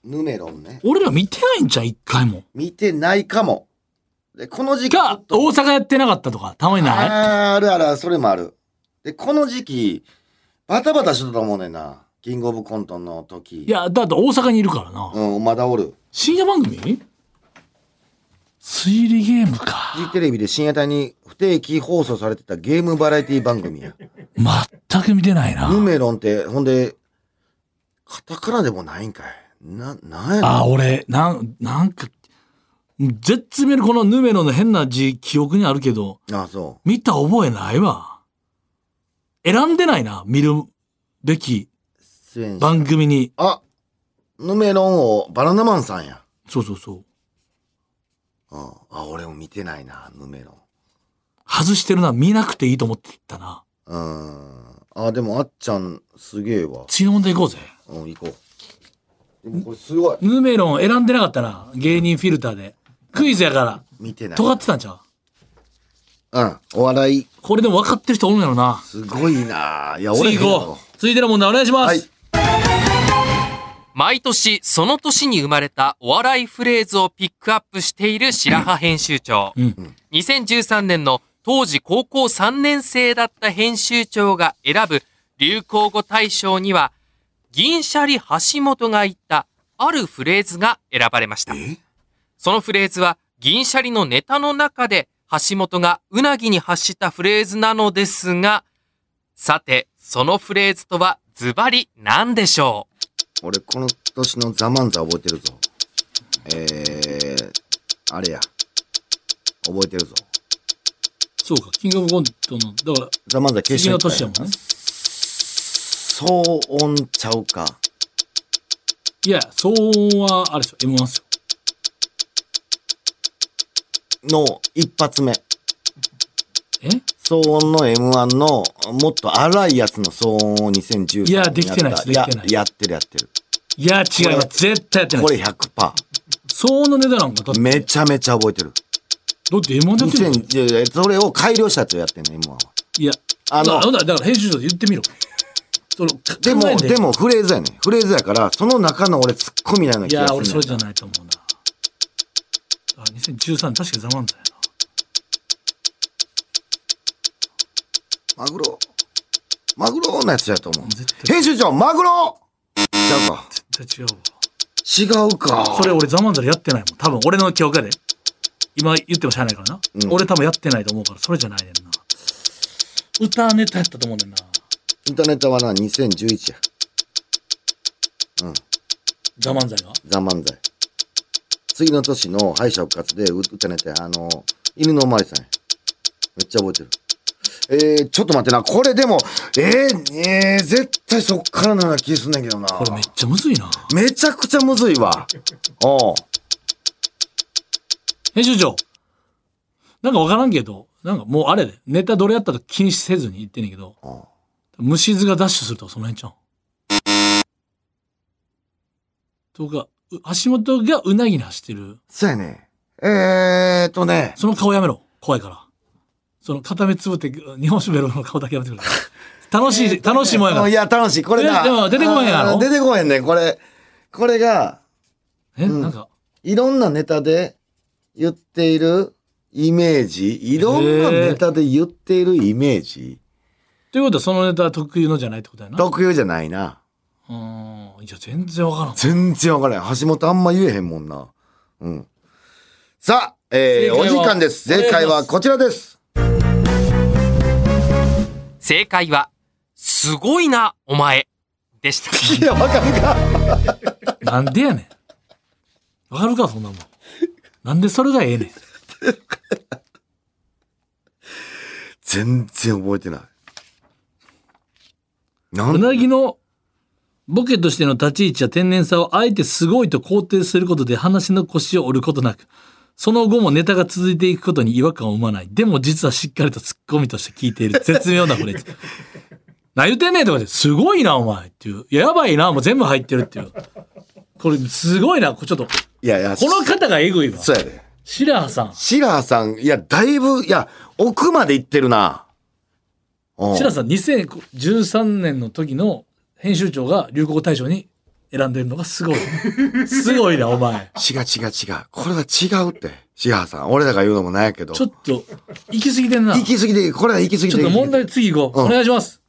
[SPEAKER 4] ヌメロンね
[SPEAKER 3] 俺ら見てないんじゃん、一回も。
[SPEAKER 4] 見てないかもでこの時期ちょ
[SPEAKER 3] が
[SPEAKER 4] っ、と
[SPEAKER 3] 大阪やってなかったとか、たまにない
[SPEAKER 4] あーあるあるあるそれもあるでこの時期バタバタしてたと思うねんなキングオブコントの時
[SPEAKER 3] いや、だって大阪にいるからな。
[SPEAKER 4] うんまだおる
[SPEAKER 3] 深夜番組推理ゲームか。
[SPEAKER 4] フジテレビで深夜帯に不定期放送されてたゲームバラエティ番組や
[SPEAKER 3] 全く見てないな。
[SPEAKER 4] ヌメロンってほんでカタカナでもないんかいななんや
[SPEAKER 3] あ
[SPEAKER 4] ろ
[SPEAKER 3] ー、俺、なん、なんか、絶妙にこのヌメロの変な字、記憶にあるけど、
[SPEAKER 4] あそ
[SPEAKER 3] 見た覚えないわ。選んでないな、見るべき
[SPEAKER 4] う出演者
[SPEAKER 3] 番組に。
[SPEAKER 4] あヌメロンをバナナマンさんや、
[SPEAKER 3] そうそうそう。
[SPEAKER 4] うん、あ俺も見てないなヌメロン
[SPEAKER 3] 外してるな、見なくていいと思ってたな。
[SPEAKER 4] うーんあでもあっちゃんすげえわ
[SPEAKER 3] 次の問題行こうぜ。
[SPEAKER 4] うん行こうでもこれすごい
[SPEAKER 3] ヌメロン選んでなかったな、芸人フィルターで。クイズやから、
[SPEAKER 4] 見てない。
[SPEAKER 3] 尖ってたんちゃう
[SPEAKER 4] うん。お笑い、
[SPEAKER 3] これでも分かってる人おるんやろな。
[SPEAKER 4] すごいなぁいや、俺
[SPEAKER 3] 次行こう。続いての問題お願いしま
[SPEAKER 4] は
[SPEAKER 3] す。
[SPEAKER 4] い
[SPEAKER 2] 毎年、その年に生まれたお笑いフレーズをピックアップしている白羽編集長。
[SPEAKER 3] うん。
[SPEAKER 2] 2013年の当時高校3年生だった編集長が選ぶ流行語大賞には、銀シャリ橋本が言ったあるフレーズが選ばれました。そのフレーズは銀シャリのネタの中で橋本がうなぎに発したフレーズなのですが、さて、そのフレーズとはズバリ何でしょう
[SPEAKER 4] 俺、この年のザ・マンザ覚えてるぞ。えー、あれや。覚えてるぞ。
[SPEAKER 3] そうか、キングオブコントの、だから、
[SPEAKER 4] ザ・マンザ決
[SPEAKER 3] 次の
[SPEAKER 4] 勝
[SPEAKER 3] 年やもんね。
[SPEAKER 4] 騒音ちゃうか。
[SPEAKER 3] いや、騒音は、あれですよ、M1 っすよ。
[SPEAKER 4] の一発目。
[SPEAKER 3] え
[SPEAKER 4] 騒音の M1 の、もっと荒いやつの騒音を2010
[SPEAKER 3] いやできてないです
[SPEAKER 4] や
[SPEAKER 3] できてない
[SPEAKER 4] やってるやってる。
[SPEAKER 3] いや、違います。絶対やってない
[SPEAKER 4] こ
[SPEAKER 3] で
[SPEAKER 4] れ100%。
[SPEAKER 3] す。騒音のネタなんか、だって、
[SPEAKER 4] めちゃめちゃ覚えてる。
[SPEAKER 3] だって M1 でやってるもん
[SPEAKER 4] 2000、いやいやそれを改良したやつをやってんね、M1 は。
[SPEAKER 3] いや、
[SPEAKER 4] あ
[SPEAKER 3] あ
[SPEAKER 4] の
[SPEAKER 3] の、だからだから編集長で言ってみろ。その、
[SPEAKER 4] で
[SPEAKER 3] 考
[SPEAKER 4] も、
[SPEAKER 3] えん
[SPEAKER 4] で、もフレーズやねんフレーズやから、その中の俺ツッコミなようない気が
[SPEAKER 3] や
[SPEAKER 4] す、る、ねん。
[SPEAKER 3] 俺それじゃないと思うな。あ、2013、確かザマンザや
[SPEAKER 4] マグロ。マグロのやつやと思う。
[SPEAKER 3] 絶対
[SPEAKER 4] 編集長、マグロちゃうか。
[SPEAKER 3] な。絶対違うわ。
[SPEAKER 4] 違うか。
[SPEAKER 3] これ俺ザマンザでやってないもん。多分俺の記憶やで。今言ってもしゃあないからな。
[SPEAKER 4] うん
[SPEAKER 3] 俺多分やってないと思うから、それじゃないねんな。歌ネタやったと思うねんな。
[SPEAKER 4] インターネットはな、2011や。うん。
[SPEAKER 3] ザマンザが。
[SPEAKER 4] ザ・漫才。次の年の敗者復活でう歌ねて、あの、犬のおまわりさんやめっちゃ覚えてる。えー、ちょっと待ってな。これでも、えー、えー、絶対そっからな気すんねんけどな。
[SPEAKER 3] これめっちゃむずいな。
[SPEAKER 4] めちゃくちゃむずい わ。おう
[SPEAKER 3] 編集長。なんかわからんけど、なんかもうあれで、ネタどれやったと禁止せずに言ってんねんけど、
[SPEAKER 4] おう
[SPEAKER 3] 虫図がダッシュするとかその辺ちゃうん。とか、う橋本がうなぎに走ってる。
[SPEAKER 4] そうやね。えーっとね。
[SPEAKER 3] その顔やめろ。怖いから。その片目つぶって、日本酒ベロの顔だけやめてくれ。楽しい、楽しいもんやから。
[SPEAKER 4] いや、楽しい。これな。
[SPEAKER 3] えでも出てこへんやろ
[SPEAKER 4] あー出てこへんねん。これ、これが、
[SPEAKER 3] え、
[SPEAKER 4] うん
[SPEAKER 3] なんか、
[SPEAKER 4] いろんなネタで言っているイメージ。いろんなネタで言っているイメージ。
[SPEAKER 3] ということはそのネタは特有のじゃないってことやな。う
[SPEAKER 4] 特有じゃないな。
[SPEAKER 3] ーん。いや、全然わからん。
[SPEAKER 4] 全然わからない。橋本あんま言えへんもんな。うん。さあ、えー、
[SPEAKER 3] 正解は
[SPEAKER 4] お時間です。正解はこちらです。
[SPEAKER 2] 正解は、すごいな、お前。でした。
[SPEAKER 4] いや、わかるか。
[SPEAKER 3] なんでやねん。わかるか、そんなもん。なんでそれがええねん。
[SPEAKER 4] 全然覚えてない。な
[SPEAKER 3] うんなぎのボケとしての立ち位置や天然さをあえてすごいと肯定することで話の腰を折ることなく、その後もネタが続いていくことに違和感を生まない。でも実はしっかりとツッコミとして聞いてい る絶妙なフレーズ。な言うてんねんとかですごいなお前っていう。いややばいなもう全部入ってるっていう。これすごいな。これちょっと、こ
[SPEAKER 4] いやいや、
[SPEAKER 3] の方がえぐいわ。
[SPEAKER 4] そうやで。
[SPEAKER 3] 白羽さん。
[SPEAKER 4] シラーさん、いや、だいぶ、いや、奥まで行ってるな。うん
[SPEAKER 3] 白羽さん2013年の時の編集長が流行語大賞に選んでるのがすごい。すごいなお前。
[SPEAKER 4] 違う違う違う。これは違うって。シラーさん、俺らが言うのもなんやけど。
[SPEAKER 3] ちょっと、行き過ぎてんな。
[SPEAKER 4] 行
[SPEAKER 3] ち
[SPEAKER 4] き過ぎて、これは行き過ぎ
[SPEAKER 3] ょ
[SPEAKER 4] て。
[SPEAKER 3] っと問題次行こ
[SPEAKER 4] う
[SPEAKER 3] う。
[SPEAKER 4] ん
[SPEAKER 3] お願いします。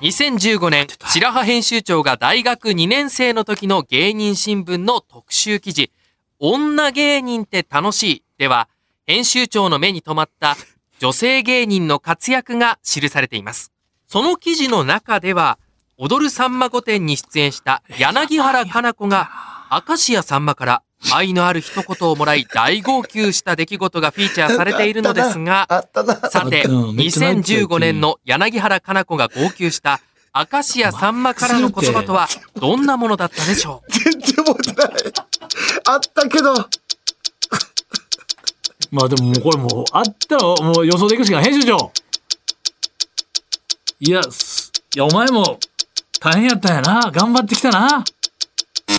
[SPEAKER 2] 2015年、白羽編集長が大学2年生の時の芸人新聞の特集記事、女芸人って楽しいでは、編集長の目に留まった女性芸人の活躍が記されています。その記事の中では、踊るさんま御殿に出演した柳原加奈子が、明石家さんまから愛のある一言をもらい大号泣した出来事がフィーチャーされているのですが、
[SPEAKER 4] あったな。
[SPEAKER 2] さて、
[SPEAKER 3] うんめっちゃ泣いてる
[SPEAKER 2] 2015年の柳原加奈子が号泣した明石家さんまからの言葉とはどんなものだったでしょう
[SPEAKER 4] 全然覚えてない。あったけど。
[SPEAKER 3] まあでももうこれもう、あったらもう予想でいくしかない。編集長いや、すいや、お前も大変やったんやな。頑張ってきたな。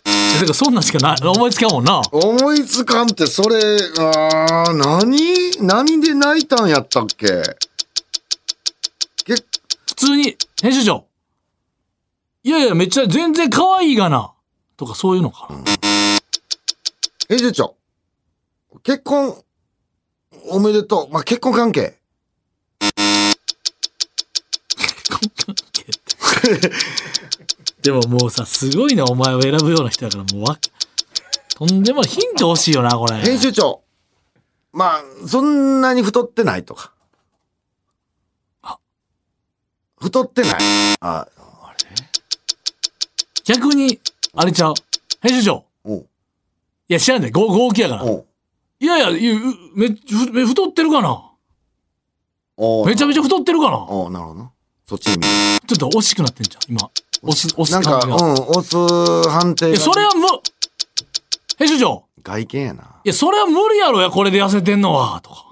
[SPEAKER 3] いやてか、そんなんしかな、思いつかんもんな。
[SPEAKER 4] 思いつかんって、それ、あー、何何で泣いたんやったっけけ
[SPEAKER 3] 普通に、編集長いやいや、めっちゃ全然可愛いがな。とかそういうのかな。
[SPEAKER 4] 編集長。結婚、おめでとう。まあ、結婚関係。
[SPEAKER 3] でももうさ、すごいな、お前を選ぶような人やから、もうわ、とんでもヒント欲しいよな、これ。
[SPEAKER 4] 編集長。まあ、そんなに太ってないとか。太ってない。あ、あれ
[SPEAKER 3] 逆に、あれちゃう。編集長。
[SPEAKER 4] おう
[SPEAKER 3] いや、知らんねご号泣やから。
[SPEAKER 4] おう
[SPEAKER 3] いやいや、いやうめふめ太ってるかな
[SPEAKER 4] おう
[SPEAKER 3] めちゃめちゃ太ってるかな
[SPEAKER 4] おうなるほどな。そっちに見
[SPEAKER 3] ちょっと惜しくなってんじゃん、今。押す、押
[SPEAKER 4] る。な
[SPEAKER 3] す
[SPEAKER 4] んか、
[SPEAKER 3] 感じ
[SPEAKER 4] う
[SPEAKER 3] が。
[SPEAKER 4] ん、押す判定
[SPEAKER 3] い
[SPEAKER 4] が。
[SPEAKER 3] や、それはむ、編集長。
[SPEAKER 4] 外見やな。
[SPEAKER 3] いや、それは無理やろや、これで痩せてんのは、とか。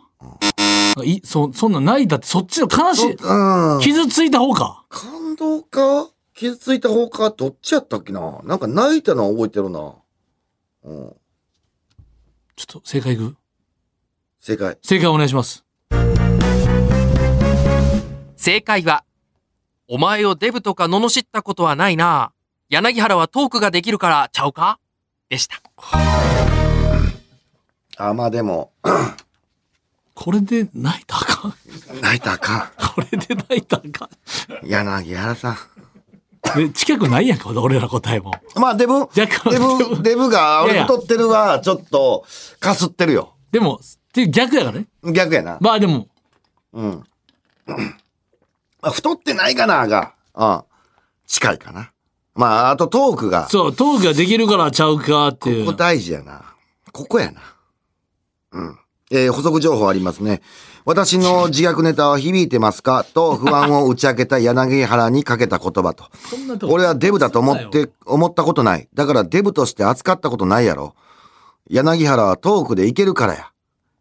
[SPEAKER 3] い、そ、そんなんないだって、そっちの悲しい、
[SPEAKER 4] うん。
[SPEAKER 3] 傷ついた方か。
[SPEAKER 4] 感動か傷ついた方かどっちやったっけななんか泣いたのは覚えてるな。うん。
[SPEAKER 3] ちょっと、正解いく
[SPEAKER 4] 正解。
[SPEAKER 3] 正解お願いします。
[SPEAKER 2] 正解は、お前をデブとか罵ったことはないな。柳原はトークができるからちゃうかでした。
[SPEAKER 4] あ、まあでも、
[SPEAKER 3] これで泣いたらあかん。
[SPEAKER 4] 泣いたらあか
[SPEAKER 3] これで泣いたらあか ん。
[SPEAKER 4] ん。柳原さん。
[SPEAKER 3] で近くないやんか、俺ら答えも。
[SPEAKER 4] まあデブ、デ
[SPEAKER 3] 若干
[SPEAKER 4] ブ、デブが、
[SPEAKER 3] いやい
[SPEAKER 4] 俺
[SPEAKER 3] や
[SPEAKER 4] 太ってるわ、ちょっと、かすってるよ。
[SPEAKER 3] でも、っていう逆やからね。
[SPEAKER 4] 逆やな。
[SPEAKER 3] まあでも、
[SPEAKER 4] うん。あ太ってないかな、が、うん。近いかな。まあ、あとトークが、
[SPEAKER 3] そう、トークができるからちゃうかっていう。
[SPEAKER 4] ここ大事やな。ここやな。うん。えー補足情報ありますね。私の自虐ネタは響いてますかと不安を打ち明けた柳原にかけた言葉と。
[SPEAKER 3] そんなとこ
[SPEAKER 4] 俺はデブだと思って、思ったことない。だからデブとして扱ったことないやろ。柳原はトークでいけるからや。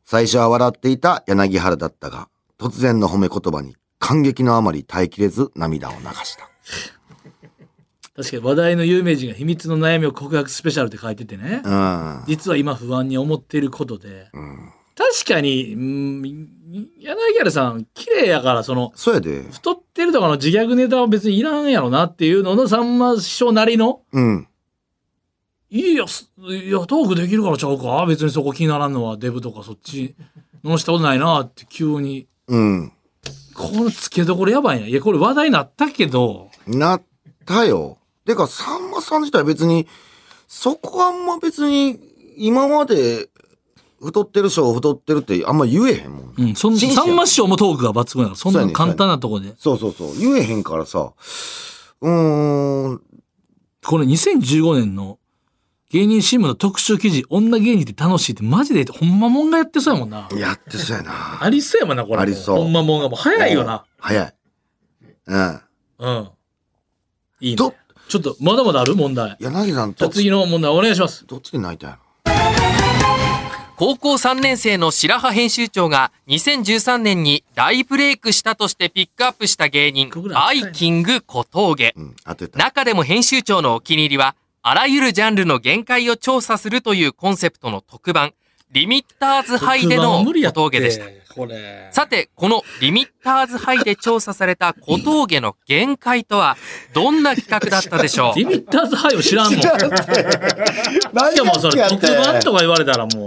[SPEAKER 4] 最初は笑っていた柳原だったが、突然の褒め言葉に感激のあまり耐えきれず涙を流した。
[SPEAKER 3] 確かに話題の有名人が秘密の悩みを告白スペシャルって書いててね。
[SPEAKER 4] うん。
[SPEAKER 3] 実は今不安に思っていることで。確かに、うん、柳原さん、綺麗やから、その、
[SPEAKER 4] そうやで。
[SPEAKER 3] 太ってるとかの自虐ネタは別にいらんやろなっていうのの、さんま師匠なりの、
[SPEAKER 4] うん。
[SPEAKER 3] いいや、すいや、トークできるからちゃうか別にそこ気にならんのは、デブとかそっち、のしたことないなって急に。
[SPEAKER 4] うん。
[SPEAKER 3] この付けどころやばいな。いや、これ話題になったけど、
[SPEAKER 4] なったよ。てか、さんまさん自体別に、そこはあんま別に、今まで、太ってる人を太ってるってあんま言えへんもん。
[SPEAKER 3] うん、そん
[SPEAKER 4] 真摯や
[SPEAKER 3] さんま師匠もトークが抜群やから、そん
[SPEAKER 4] そうや
[SPEAKER 3] な
[SPEAKER 4] ねん
[SPEAKER 3] 簡単なとこで。
[SPEAKER 4] そうそうそう。言えへんからさ。うーん。
[SPEAKER 3] これ2015年の芸人新聞の特集記事、女芸人って楽しいってマジで、ほんまもんがやってそうやもんな。
[SPEAKER 4] やってそうやな。
[SPEAKER 3] ありそうやもんな、これ。
[SPEAKER 4] ありそう
[SPEAKER 3] ほんまもんがもう早いよな。
[SPEAKER 4] 早い。うん。
[SPEAKER 3] うん。いいね
[SPEAKER 4] ど。
[SPEAKER 3] ちょっと、まだまだある問題。
[SPEAKER 4] 柳さん、
[SPEAKER 3] じ
[SPEAKER 4] ど
[SPEAKER 3] ゃあ
[SPEAKER 4] っち、
[SPEAKER 3] 次の問題お願いします。
[SPEAKER 4] どっちで泣いたんや
[SPEAKER 2] 高校3年生の白羽編集長が2013年に大ブレイクしたとしてピックアップした芸人
[SPEAKER 3] ここ、ぐらいあ
[SPEAKER 2] バ
[SPEAKER 3] ったよ
[SPEAKER 2] イキング小峠。
[SPEAKER 4] ろうん、当てた。
[SPEAKER 2] 中でも編集長のお気に入りは、あらゆるジャンルの限界を調査するというコンセプトの特番、リミッターズハイでの小峠でした。
[SPEAKER 3] た。これ。
[SPEAKER 2] さて、このリミッターズハイで調査された小峠の限界とは、どんな企画だったでしょ
[SPEAKER 3] リ
[SPEAKER 2] う
[SPEAKER 3] ミッターズハイを知らんもん。
[SPEAKER 4] 何
[SPEAKER 3] でもそれ特番とか言われたらもう、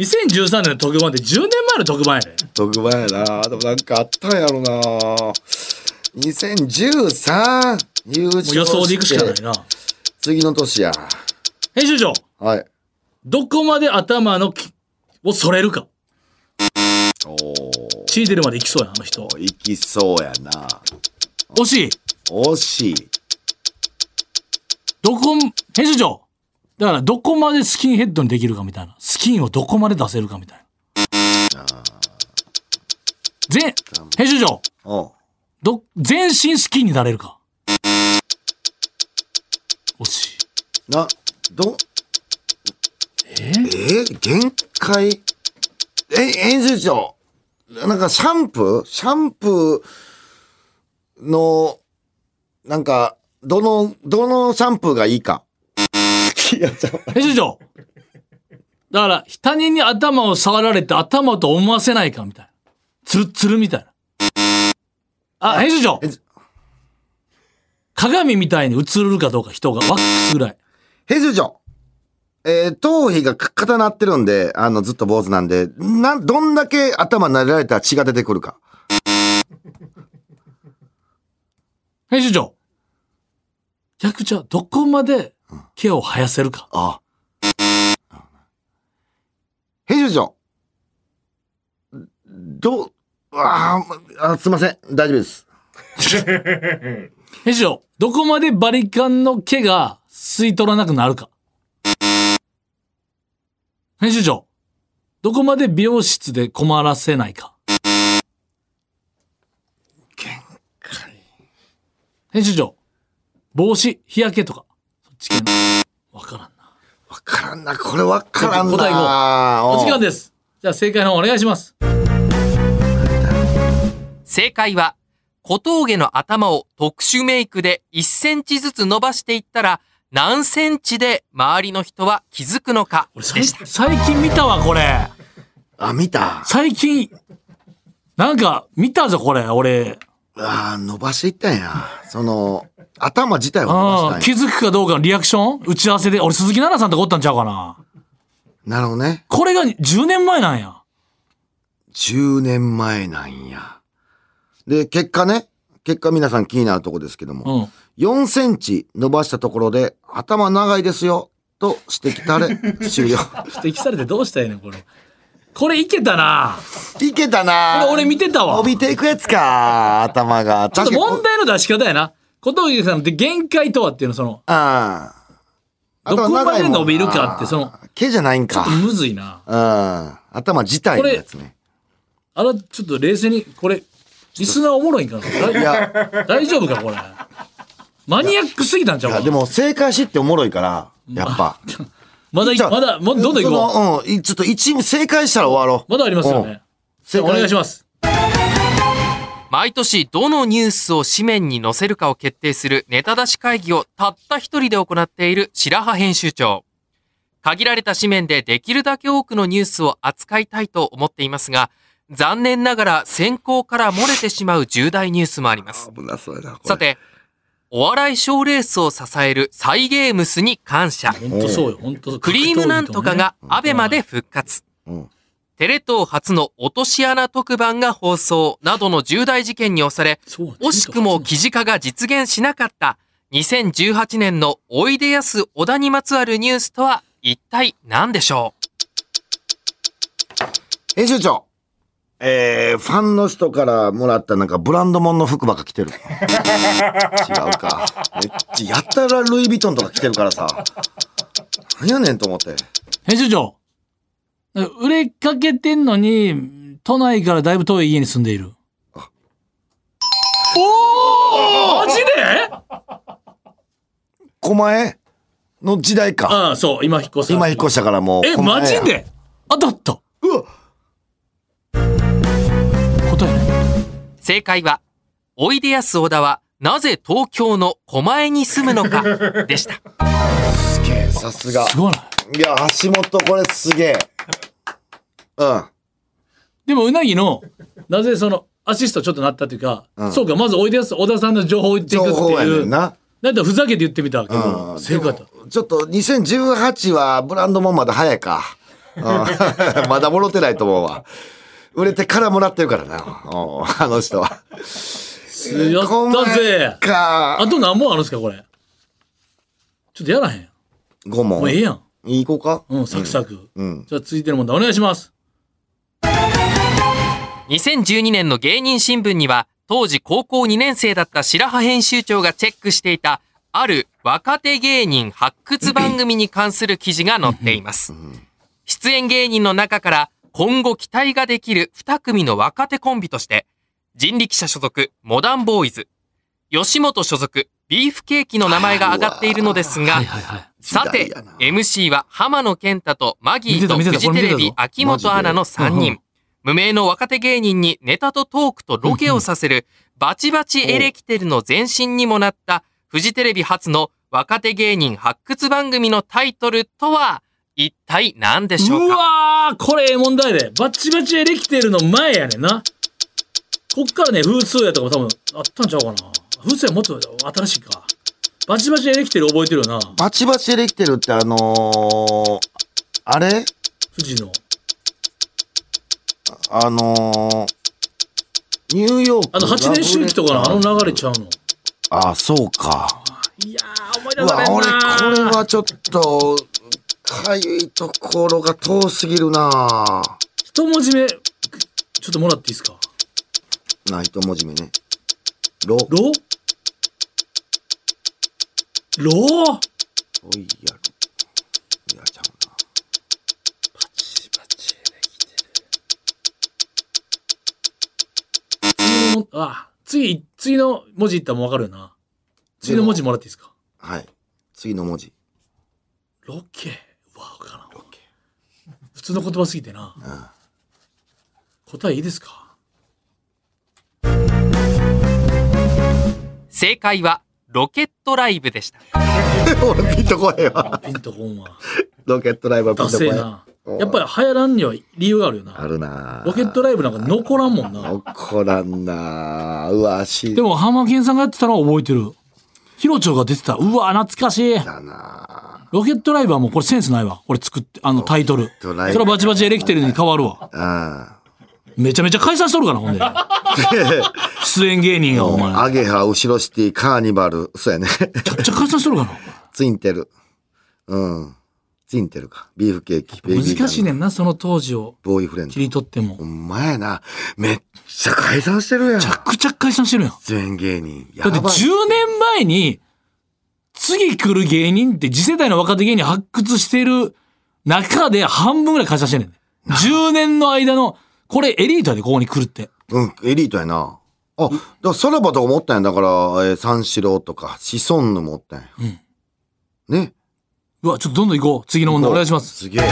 [SPEAKER 3] 2013年の特番って10年前の特番やで。
[SPEAKER 4] 特番やな。でもなんかあったんやろな。2013優勝
[SPEAKER 3] もう予想でいくしかない
[SPEAKER 4] して
[SPEAKER 3] な。
[SPEAKER 4] 次の年や。
[SPEAKER 3] 編集長、
[SPEAKER 4] はい。
[SPEAKER 3] どこまで頭のきをそれるか。
[SPEAKER 4] おー
[SPEAKER 3] 血出るまでいきそうや、あの人。
[SPEAKER 4] いきそうやな。
[SPEAKER 3] 惜しい。
[SPEAKER 4] 惜しい。
[SPEAKER 3] どこ、編集長。だから、どこまでスキンヘッドにできるかみたいな。スキンをどこまで出せるかみたいな。全、編集長。
[SPEAKER 4] おう
[SPEAKER 3] ど、全身スキンになれるか。惜しい。
[SPEAKER 4] な、ど、え
[SPEAKER 3] え
[SPEAKER 4] ー限界え、編集長。なんかシャンプーシャンプーの、なんか、どの、どのシャンプーがいいか。いや、じゃ
[SPEAKER 3] 編集長だから、他人に頭を触られて頭と思わせないかみたいな。つるっつるみたいな。あ、編集長
[SPEAKER 4] えず
[SPEAKER 3] 鏡みたいに映るかどうか人がワックスぐらい。
[SPEAKER 4] 編集長。えー頭皮がか固なってるんで、あの、ずっと坊主なんで、なん、どんだけ頭撫でられたら血が出てくるか。
[SPEAKER 3] 編集長逆じゃどこまで毛を生やせるか。
[SPEAKER 4] ああ。編集長。どう、ああ、すいません。大丈夫です。
[SPEAKER 3] 編集長どこまでバリカンの毛が吸い取らなくなるか。編集長どこまで美容室で困らせないか。編集長帽子、日焼けとか。そっち系の。わからんな。
[SPEAKER 4] わからんな、これわからんな。
[SPEAKER 3] 答えお時間
[SPEAKER 4] で。
[SPEAKER 3] です。じゃあ正解の方お願いします。
[SPEAKER 2] 正解は、小峠の頭を特殊メイクで1センチずつ伸ばしていったら、何センチで周りの人は気づくのか
[SPEAKER 3] 俺
[SPEAKER 2] で
[SPEAKER 3] 最
[SPEAKER 2] した。
[SPEAKER 3] 最近見たわ、これ。
[SPEAKER 4] あ、見た。
[SPEAKER 3] 最近、なんか見たぞ、これ、俺。
[SPEAKER 4] あー伸ばしていったんや。その、頭自体を伸
[SPEAKER 3] あ
[SPEAKER 4] ば
[SPEAKER 3] あ、
[SPEAKER 4] した
[SPEAKER 3] 気
[SPEAKER 4] んや。
[SPEAKER 3] づくかどうかのリアクション打ち合わせで。俺、鈴木奈々さんとかおったんちゃうかな。
[SPEAKER 4] なるほどね。
[SPEAKER 3] これが10年前なんや。
[SPEAKER 4] 10年前なんや。で、結果ね。結果皆さん気になるとこですけども。
[SPEAKER 3] うん。
[SPEAKER 4] 4センチ伸ばしたところで、頭長いですよ、と指摘され、終了。
[SPEAKER 3] 指摘されてどうしたいねん、これ。これいけたな。
[SPEAKER 4] いけた
[SPEAKER 3] こ
[SPEAKER 4] な
[SPEAKER 3] れ俺見てたわ。
[SPEAKER 4] 伸
[SPEAKER 3] ち
[SPEAKER 4] びていくやつか、頭が。
[SPEAKER 3] ょっと
[SPEAKER 4] 確かに
[SPEAKER 3] 問題の出し方やな。小峠さんって限界とはっていうのその、
[SPEAKER 4] ああ。あとは
[SPEAKER 3] どこまで
[SPEAKER 4] 長いもんな
[SPEAKER 3] 伸びるかってその。
[SPEAKER 4] 毛じゃないんか。
[SPEAKER 3] むずいな。
[SPEAKER 4] うん。頭自体のやつね。
[SPEAKER 3] あら、ちょっと冷静に、これ、リスナーおもろいんかな。
[SPEAKER 4] いや、
[SPEAKER 3] 大丈夫か、これ。マニアックすぎたんちゃ
[SPEAKER 4] いうや
[SPEAKER 3] か。
[SPEAKER 4] でも正解しっておもろいから、やっぱ。
[SPEAKER 3] まだい、
[SPEAKER 4] じゃあ
[SPEAKER 3] まだ、もうどんどん行こ
[SPEAKER 4] そのうん。ちょっと一、正解したら終わろ
[SPEAKER 3] う。まだありますよ
[SPEAKER 4] う
[SPEAKER 3] ね
[SPEAKER 4] ん。正
[SPEAKER 3] お
[SPEAKER 4] 解
[SPEAKER 3] 願いします。
[SPEAKER 2] 毎年どのニュースを紙面に載せるかを決定するネタ出し会議をたった一人で行っている白羽編集長。限られた紙面でできるだけ多くのニュースを扱いたいと思っていますが、残念ながら選考から漏れてしまう重大ニュースもあります。
[SPEAKER 4] う。危なそうやな、これ
[SPEAKER 2] さ。て、お笑い賞ーレースを支えるサイゲームスに感謝。
[SPEAKER 3] 本当そうよ、本当そう
[SPEAKER 2] クリームなんとかがアベマで復活。
[SPEAKER 4] うん。
[SPEAKER 2] テレ東初の落とし穴特番が放送などの重大事件に押され、惜しくも記事化が実現しなかった2018年のおいでやす小田にまつわるニュースとは一体何でしょう
[SPEAKER 4] 編集長。えー、ファンの人からもらったなんかブランド物の服ばっか着 てる。違うか。めっちゃやたらルイ・ヴィトンとか着てるからさ。何やねんと思って。
[SPEAKER 3] 編集長売れかけてんのに都内からだいぶ遠い家に住んでいるおおマジで
[SPEAKER 4] 狛江の時代か。
[SPEAKER 3] ああそう今引っ越す
[SPEAKER 4] 今引っ越したからもう。
[SPEAKER 3] え
[SPEAKER 4] 狛江や
[SPEAKER 3] マジで当たった
[SPEAKER 4] うわ
[SPEAKER 3] 答えない
[SPEAKER 2] 正解は、おいでやす小田はなぜ東京の狛江に住むのかでした。
[SPEAKER 4] すげえ、さすが。
[SPEAKER 3] すごいない
[SPEAKER 4] や、橋本これすげえ。うん。
[SPEAKER 3] でもうなぎのなぜそのアシストちょっとなったというか、
[SPEAKER 4] うん
[SPEAKER 3] そうかまずおいでやす小田さんの情報を言ってい
[SPEAKER 4] 情
[SPEAKER 3] くって
[SPEAKER 4] 報や
[SPEAKER 3] い
[SPEAKER 4] ね
[SPEAKER 3] うんな
[SPEAKER 4] な。
[SPEAKER 3] んだふざけて言ってみたけ
[SPEAKER 4] う
[SPEAKER 3] ど
[SPEAKER 4] ん。
[SPEAKER 3] 正解だった
[SPEAKER 4] でもちょっと2018はブランドもんまだ早いか。うん まだもろてないと思うわ。売れてからもらってるからな。うんあの人は。
[SPEAKER 3] やった
[SPEAKER 4] 狛江
[SPEAKER 3] ぜ
[SPEAKER 4] か
[SPEAKER 3] あ。と何問あるんですかこれちょっとやらへん
[SPEAKER 4] 5
[SPEAKER 3] もう
[SPEAKER 4] 問。
[SPEAKER 3] ええやん
[SPEAKER 4] いい子か
[SPEAKER 3] うん、サクサク。
[SPEAKER 4] うん。
[SPEAKER 3] じゃあ続いての問題お願いします。
[SPEAKER 2] 2012年の芸人新聞には、当時高校2年生だった白羽編集長がチェックしていた、ある若手芸人発掘番組に関する記事が載っています。出演芸人の中から今後期待ができる2組の若手コンビとして、人力車所属モダンボーイズ、吉本所属ビーフケーキの名前が挙がっているのですが、
[SPEAKER 3] はいはい。
[SPEAKER 2] さ
[SPEAKER 4] 時代
[SPEAKER 2] て
[SPEAKER 4] やな、
[SPEAKER 2] MC は浜野健太とマギ
[SPEAKER 3] 見
[SPEAKER 2] ー
[SPEAKER 3] て
[SPEAKER 2] と
[SPEAKER 3] た見て
[SPEAKER 2] フ
[SPEAKER 3] た
[SPEAKER 2] ジテレビ
[SPEAKER 3] これ見てたぞ
[SPEAKER 2] 秋元アナの3
[SPEAKER 3] マジでうんう
[SPEAKER 2] 人。無名の若手芸人にネタとトークとロケをさせるバチバチエレキテルの前身にもなったフジテレビ初の若手芸人発掘番組のタイトルとは一体何でしょう
[SPEAKER 3] う
[SPEAKER 2] か
[SPEAKER 3] わー、これええ問題で。バッチバチエレキテルの前やねんな。こっからね、風数やとかも多分あったんちゃうかな。風数やもっと新しいか。バチバチエレキテル覚えてるよな。
[SPEAKER 4] バチバチできてるってあのー、あれ
[SPEAKER 3] 富士の。
[SPEAKER 4] あのー、ニューヨーク。
[SPEAKER 3] あの、8年周期とかのあの流れちゃうの。
[SPEAKER 4] あ、そうか。
[SPEAKER 3] いやー、思いう出さ
[SPEAKER 4] わ
[SPEAKER 3] れ、ん
[SPEAKER 4] 俺、こ
[SPEAKER 3] な
[SPEAKER 4] れはちょっと、かゆいところが遠すぎるな
[SPEAKER 3] 一文字目、ちょっともらっていいですか。
[SPEAKER 4] な、一文字目ね。ロ、ロ
[SPEAKER 3] ロロ
[SPEAKER 4] イヤル。いや、ちゃうな。
[SPEAKER 3] もあ、次、次の文字いったらもうわかるよな。次の文字もらっていいですか
[SPEAKER 4] はい。次の文字。
[SPEAKER 3] ロケはわからん。ロケ。普通の言葉すぎてな。答えいいですか
[SPEAKER 2] 正解はロケットライブでした。
[SPEAKER 4] 俺、ピンとこへんわ。
[SPEAKER 3] ピンとこん わ。
[SPEAKER 4] ロケットライブはピ
[SPEAKER 3] ダ
[SPEAKER 4] ンとこ
[SPEAKER 3] セ
[SPEAKER 4] へ
[SPEAKER 3] え
[SPEAKER 4] ん。
[SPEAKER 3] な。やっぱり流行らんには理由があるよ
[SPEAKER 4] あ
[SPEAKER 3] な。
[SPEAKER 4] るな
[SPEAKER 3] ロケットライブなんか残らんもんな。
[SPEAKER 4] 怒らんなうわ、足
[SPEAKER 3] でも、浜健さんがやってたのは覚えてる。ヒロチョウが出てた。うわ、懐かしい。
[SPEAKER 4] だ な
[SPEAKER 3] ロケットライブはもうこれセンスないわ。これ作って、あのタイトル。
[SPEAKER 4] ケッ
[SPEAKER 3] そ
[SPEAKER 4] ト
[SPEAKER 3] れ
[SPEAKER 4] ライブ
[SPEAKER 3] はバチバチエレキテルに変わるわ。
[SPEAKER 4] あ
[SPEAKER 3] めちゃめちゃ解散しとるから、ほんで。 出演芸人が、お前。め
[SPEAKER 4] アゲハ、後ろシティ、カーニバル。そうやね。
[SPEAKER 3] ちゃくちゃ解散しとるから。
[SPEAKER 4] ツインテル。うん。ツインテールか。ビーフケーキ、ベイビーガン
[SPEAKER 3] 難しいねんな、その当時を
[SPEAKER 4] ボーイフレンド
[SPEAKER 3] 切。り取っても。
[SPEAKER 4] ほ
[SPEAKER 3] め
[SPEAKER 4] んまやな。めっちゃ解散してるやん。
[SPEAKER 3] ちゃくちゃ解散してるやん。
[SPEAKER 4] 出演芸人。や
[SPEAKER 3] だっ
[SPEAKER 4] ば
[SPEAKER 3] て
[SPEAKER 4] い。
[SPEAKER 3] 10年前に、次来る芸人って次世代の若手芸人発掘してる中で半分ぐらい解散してんねん。10年の間の、これエリートやで、ここに来るって。
[SPEAKER 4] うん、エリートやな。あ、だからさらばとか思ったんや。だから、えー三四郎とか、シソンヌもおったんや。
[SPEAKER 3] うん
[SPEAKER 4] ね。
[SPEAKER 3] うわ、ちょっとどんどん行こう。次の問題お願いします。
[SPEAKER 4] すげえ。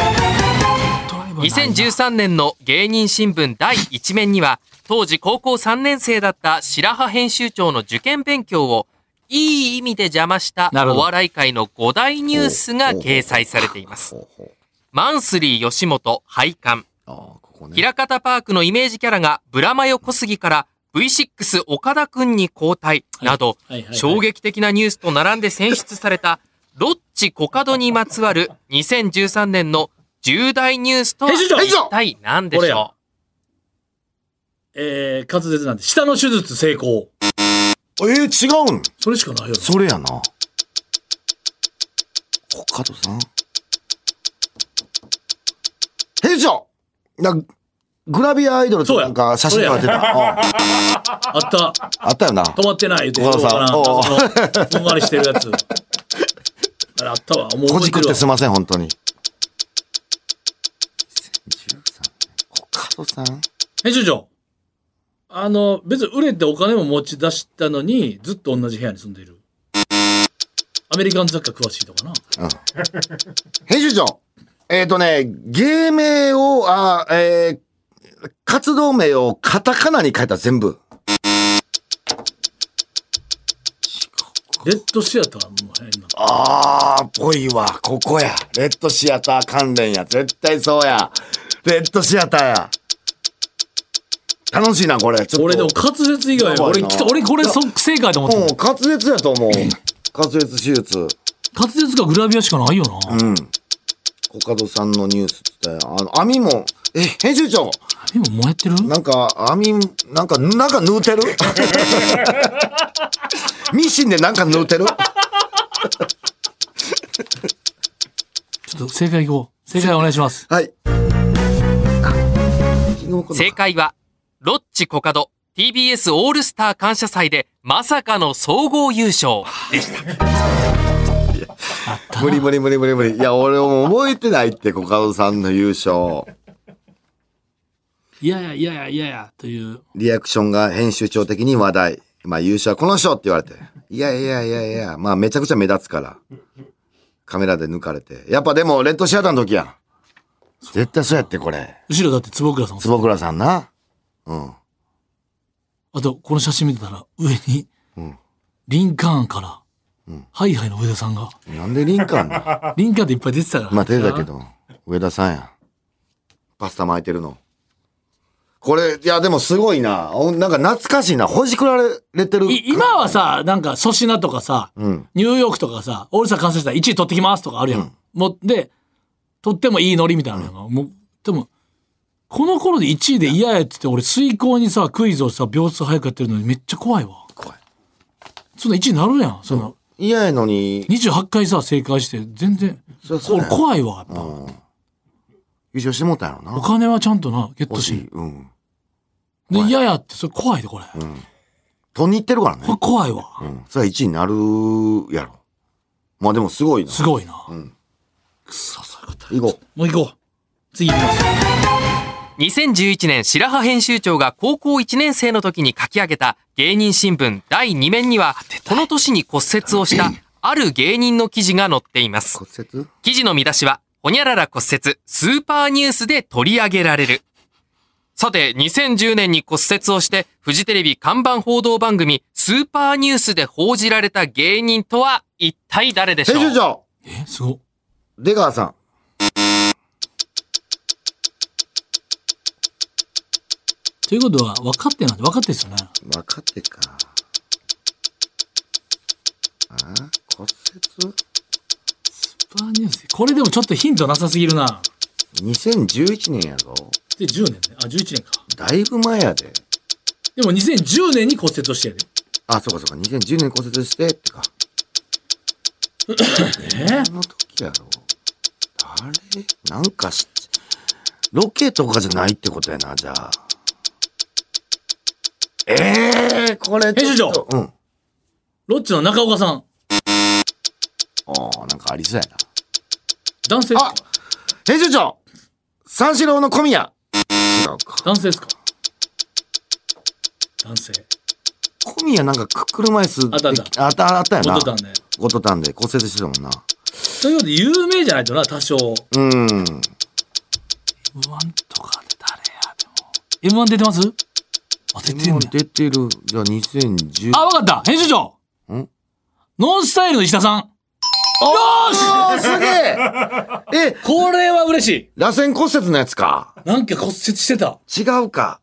[SPEAKER 2] 2013年の芸人新聞第1面には、当時高校3年生だった白羽編集長の受験勉強を、いい意味で邪魔した
[SPEAKER 3] なるほ
[SPEAKER 2] お
[SPEAKER 3] ど
[SPEAKER 2] 笑い界の5大ニュースが掲載されています。
[SPEAKER 4] ほうほう
[SPEAKER 2] マンスリー吉本廃刊。
[SPEAKER 4] ああ、ここね。
[SPEAKER 2] 平方パークのイメージキャラがブラマヨ小杉から V6 岡田くんに交代など、
[SPEAKER 3] はいはいはい
[SPEAKER 2] 衝撃的なニュースと並んで選出された、 ロッチコカドにまつわる2013年の重大ニュースとは
[SPEAKER 3] 編集長
[SPEAKER 2] 一体何で
[SPEAKER 3] これ
[SPEAKER 2] し
[SPEAKER 3] や
[SPEAKER 2] ょ
[SPEAKER 3] えー、滑舌なんて、下の手術成功。
[SPEAKER 4] えー、違うん
[SPEAKER 3] それしかないよね。
[SPEAKER 4] それやな。コカドさん編集長なグラビアアイドルとなんか写真撮られてた。うん
[SPEAKER 3] あった。
[SPEAKER 4] あったよな。
[SPEAKER 3] 止まってないって。
[SPEAKER 4] 小川さん
[SPEAKER 3] そうかな謎のふんわりしてるやつ。あれあったわ。もう
[SPEAKER 4] こ
[SPEAKER 3] 覚え
[SPEAKER 4] じ
[SPEAKER 3] て
[SPEAKER 4] くっ
[SPEAKER 3] るわ
[SPEAKER 4] てすいません、本当に。2013コカドさん
[SPEAKER 3] 編集長。あの、別に売れてお金も持ち出したのに、ずっと同じ部屋に住んでいる。アメリカン雑貨詳しいとかな。
[SPEAKER 4] 編集長えっ、とね、芸名を、あーえー活動名をカタカナに変えた全部。
[SPEAKER 3] レッドシアターも変な。
[SPEAKER 4] あー、ぽいわ。ここや。レッドシアター関連や。絶対そうや。レッドシアターや。楽しいな、これ。ちょっと。
[SPEAKER 3] 俺でも滑舌以外
[SPEAKER 4] やばい
[SPEAKER 3] 俺
[SPEAKER 4] な
[SPEAKER 3] きた、俺これ即正解と思って
[SPEAKER 4] も
[SPEAKER 3] た
[SPEAKER 4] う滑舌やと思う。滑舌手術。
[SPEAKER 3] 滑舌がグラビアしかないよな。
[SPEAKER 4] うん。コカドさんのニュースって、あの、網も、え、編集長
[SPEAKER 3] 今燃えてる
[SPEAKER 4] なんか、網、なんか、なんか縫うて るミシンでなんか縫うてる
[SPEAKER 3] ちょっと正解いこう。正解お願いします。
[SPEAKER 4] はい。
[SPEAKER 2] う正解は、ロッチコカド TBS オールスター感謝祭でまさかの総合優勝。
[SPEAKER 4] 無理無理無理無理無理。いや、俺も覚えてないって、コカドさんの優勝。
[SPEAKER 3] いやいやいやいやいやいや、という。
[SPEAKER 4] リアクションが編集長的に話題。まあ優勝はこの人って言われて。いやいやいやいや、まあめちゃくちゃ目立つから。カメラで抜かれて。やっぱでも、レッドシアターの時やん。絶対そうやって、これ。
[SPEAKER 3] 後ろだって坪倉さん。
[SPEAKER 4] 坪倉さんな。うん。
[SPEAKER 3] あと、この写真見てたら、上に、リンカーンから、ハイハイの上田さんが、
[SPEAKER 4] なんでリンカーンな
[SPEAKER 3] リンカーンっていっぱい出てたから。
[SPEAKER 4] まあ手だけど、上田さんや。パスタ巻いてるの。これ、いやでもすごいな。おなんか懐かしいな。ほじくられてる。
[SPEAKER 3] い今はさ、なんか粗品とかさ、
[SPEAKER 4] うん。
[SPEAKER 3] ニューヨークとかさ、オールスター完成したら1位取ってきますとかあるやん。もうで、取ってもいいノリみたいなのやんかもう、でも、この頃で1位で嫌やっつって、俺、遂行にさ、クイズをさ、秒数早くやってるのにめっちゃ怖いわ。
[SPEAKER 4] 怖い。
[SPEAKER 3] そんな1位になるやん。その、
[SPEAKER 4] 嫌やのに、
[SPEAKER 3] 28回さ、正解して、全然、
[SPEAKER 4] そりゃそう
[SPEAKER 3] これ
[SPEAKER 4] だよ
[SPEAKER 3] 怖いわ、やっぱ。
[SPEAKER 4] うん。優勝してもうたんやろな。
[SPEAKER 3] お金はちゃんとな、ゲット
[SPEAKER 4] 欲し
[SPEAKER 3] し
[SPEAKER 4] い。。うん。
[SPEAKER 3] で、嫌やって、それ怖いで、これ。
[SPEAKER 4] 取りに行ってるから
[SPEAKER 3] これ
[SPEAKER 4] ね。
[SPEAKER 3] 怖いわ。
[SPEAKER 4] うん。それは1位になるやろ。まあでもすごいな。
[SPEAKER 3] すごいな。
[SPEAKER 4] ん
[SPEAKER 3] くそ、そういうこと
[SPEAKER 4] 以後。
[SPEAKER 3] もう行こう。次行きます。
[SPEAKER 2] 2011年白羽編集長が高校1年生の時に書き上げた芸人新聞第2面にはこの年に骨折をしたある芸人の記事が載っています
[SPEAKER 4] 骨折
[SPEAKER 2] 記事の見出しはほにゃらら骨折スーパーニュースで取り上げられるさて2010年に骨折をしてフジテレビ看板報道番組スーパーニュースで報じられた芸人とは一体誰でしょ
[SPEAKER 4] 編集
[SPEAKER 2] う
[SPEAKER 4] 長
[SPEAKER 3] え、すご。
[SPEAKER 4] 出川さん。
[SPEAKER 3] ということは、分かってなんて分かってですよね。
[SPEAKER 4] 分かってか。あ骨折
[SPEAKER 3] スーパーニュース。これでもちょっとヒントなさすぎるな。
[SPEAKER 4] 2011年やぞ。
[SPEAKER 3] で、10年ね。あ、11年か。
[SPEAKER 4] だいぶ前やで。
[SPEAKER 3] でも2010年に骨折をしてやる。
[SPEAKER 4] あ、そうかそうか。2010年骨折してってか。
[SPEAKER 3] え
[SPEAKER 4] あの時やろ。れなんかし、ロケとかじゃないってことやな、じゃあ。ええー、これ
[SPEAKER 3] 編集
[SPEAKER 4] ちょっと
[SPEAKER 3] 長。
[SPEAKER 4] うん。
[SPEAKER 3] ロッチの中岡さん。
[SPEAKER 4] ああ、なんかありそうやな。
[SPEAKER 3] 男性ですか
[SPEAKER 4] あ編集長三四郎の小宮違うか。
[SPEAKER 3] 男性ですか男性。
[SPEAKER 4] 小宮なんかく車椅子
[SPEAKER 3] あったあった
[SPEAKER 4] あったあったやな。
[SPEAKER 3] 元旦ね。
[SPEAKER 4] ゴトタンで骨折してたもんな。
[SPEAKER 3] ということで、有名じゃないとな、多少。
[SPEAKER 4] うん。
[SPEAKER 3] M1 とか誰や、でも。M1 出てますあ、出てん
[SPEAKER 4] もう
[SPEAKER 3] ね
[SPEAKER 4] 出てる。じゃあ2010。
[SPEAKER 3] あ、わかった編集長
[SPEAKER 4] ん
[SPEAKER 3] ノンスタイルの石田さん
[SPEAKER 4] おーすげ ええ、
[SPEAKER 3] これは嬉しい
[SPEAKER 4] 螺旋骨折のやつか。
[SPEAKER 3] なんか骨折してた。
[SPEAKER 4] 違うか。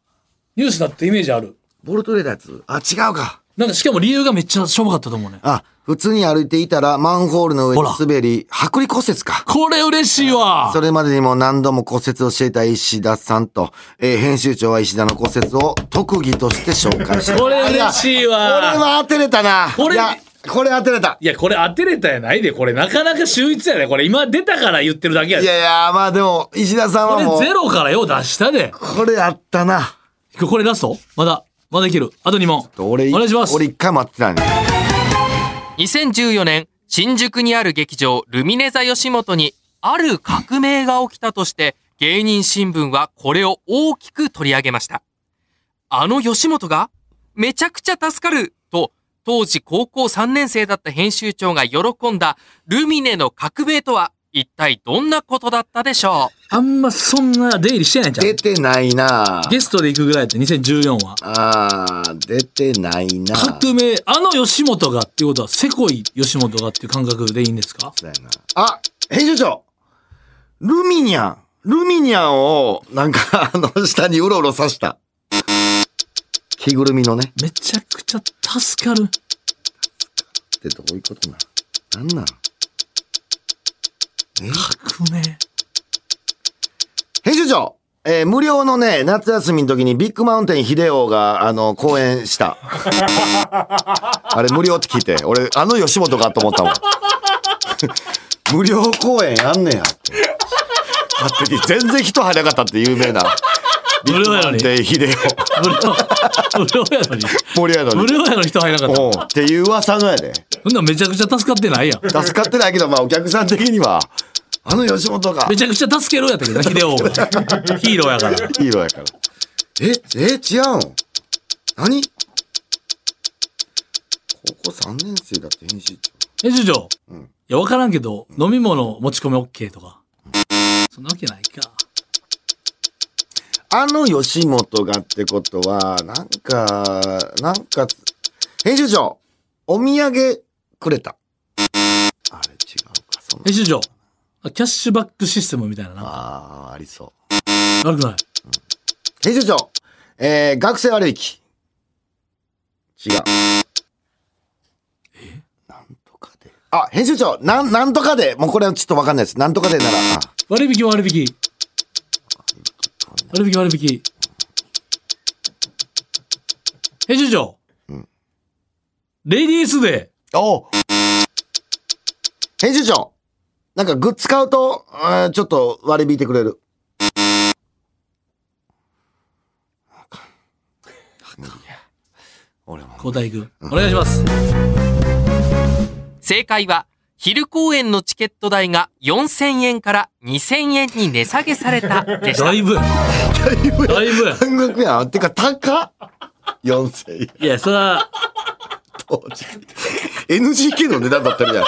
[SPEAKER 3] ニュースだってイメージある。
[SPEAKER 4] ボルト入れたやつあ、違うか。
[SPEAKER 3] なんかしかも理由がめっちゃしょぼかったと思うね。
[SPEAKER 4] あ、普通に歩いていたらマンホールの上に
[SPEAKER 3] ほら
[SPEAKER 4] 滑り、剥離骨折か。
[SPEAKER 3] これ嬉しいわ
[SPEAKER 4] それまでにも何度も骨折をしていた石田さんと、えー編集長は石田の骨折を特技として紹介した。
[SPEAKER 3] これ嬉しいわ
[SPEAKER 4] これは当てれたな。
[SPEAKER 3] これ
[SPEAKER 4] いやこれ当てれた。
[SPEAKER 3] いや、これ当てれたやないで、これなかなか秀逸やね。これ今出たから言ってるだけや
[SPEAKER 4] い
[SPEAKER 3] で。
[SPEAKER 4] やいや、まあでも、石田さん
[SPEAKER 3] こ
[SPEAKER 4] は
[SPEAKER 3] れ
[SPEAKER 4] もう、
[SPEAKER 3] ゼロからよう出したで。
[SPEAKER 4] これあったな。
[SPEAKER 3] これラストまだ、まだいける。あと2問。
[SPEAKER 4] 俺、
[SPEAKER 3] お願いします。
[SPEAKER 4] 俺一回待ってたんや。
[SPEAKER 2] 2014年、新宿にある劇場ルミネ座吉本に、ある革命が起きたとして、芸人新聞はこれを大きく取り上げました。あの吉本が、めちゃくちゃ助かると、当時高校3年生だった編集長が喜んだルミネの革命とは、一体どんなことだったでしょ
[SPEAKER 3] あんまそんな出入りしてないじゃん
[SPEAKER 4] 出。てないな。
[SPEAKER 3] ゲストで行くぐらいやって、2014は。
[SPEAKER 4] あー、出てないな。
[SPEAKER 3] 革命、あの吉本がっていうことは、せこい吉本がっていう感覚でいいんですか
[SPEAKER 4] そうやなあ、編集長ルミニャンルミニャンを、なんか、 あの、下にうろうろさした。着ぐるみのね。
[SPEAKER 3] めちゃくちゃ助かる。
[SPEAKER 4] ってどういうことなのなんなんえ
[SPEAKER 3] 革命。
[SPEAKER 4] 編集長えー無料のね、夏休みの時にビッグマウンテン秀夫が、あの、講演した。 あれ、無料って聞いて。俺、あの吉本かと思ったもん。 無料公演やんねやって。勝手に全然人入らなかったって有名な。ビ
[SPEAKER 3] 無
[SPEAKER 4] ッグ
[SPEAKER 3] 料や
[SPEAKER 4] マ
[SPEAKER 3] の
[SPEAKER 4] ウン
[SPEAKER 3] に。
[SPEAKER 4] テン秀
[SPEAKER 3] 無料。無料や のに。
[SPEAKER 4] 夫。無料やの
[SPEAKER 3] 無
[SPEAKER 4] に。
[SPEAKER 3] 料やのに人入らなかった。
[SPEAKER 4] うんっていう噂のやで。
[SPEAKER 3] ほんならめちゃくちゃ助かってないやん。
[SPEAKER 4] 助かってないけど、まあお客さん的には、あの吉本か
[SPEAKER 3] め。ちゃくちゃ助けるや ったけどな、秀夫が。ヒーローやから。
[SPEAKER 4] ヒーローやから。え、え、違うん何高校3年生だって編集長。
[SPEAKER 3] 編集長。
[SPEAKER 4] うん
[SPEAKER 3] いや、わからんけど、飲み物持ち込み OK とか。そんなわけないか。
[SPEAKER 4] あの吉本がってことは、なんか、なんか、編集長、お土産くれた。あれ違うか、そんな
[SPEAKER 3] 編。集長。あキャッシュバックシステムみたいなな。
[SPEAKER 4] ああ、ありそう。
[SPEAKER 3] 悪くない。
[SPEAKER 4] 編集長、えー、学生悪いき。違う。えなんとかで。あ、編集長、なん、なんとかで。もうこれはちょっとわかんないです。なんとかでなら。あ
[SPEAKER 3] 割引は割引。割引割引。編集長。レディースデ
[SPEAKER 4] お編集長なんかグッズ買うと、えーちょっと割り引いてくれる。俺も
[SPEAKER 3] ー。交代行く。お願いします。
[SPEAKER 2] う正解は、昼公演のチケット代が4000円から2000円に値下げされたで した
[SPEAKER 3] だ。いぶ。だいぶ。だいぶ。
[SPEAKER 4] 半額やん。てか高っ !4000 円
[SPEAKER 3] いや、それは、
[SPEAKER 4] 当時。NGK の値段だったみたい。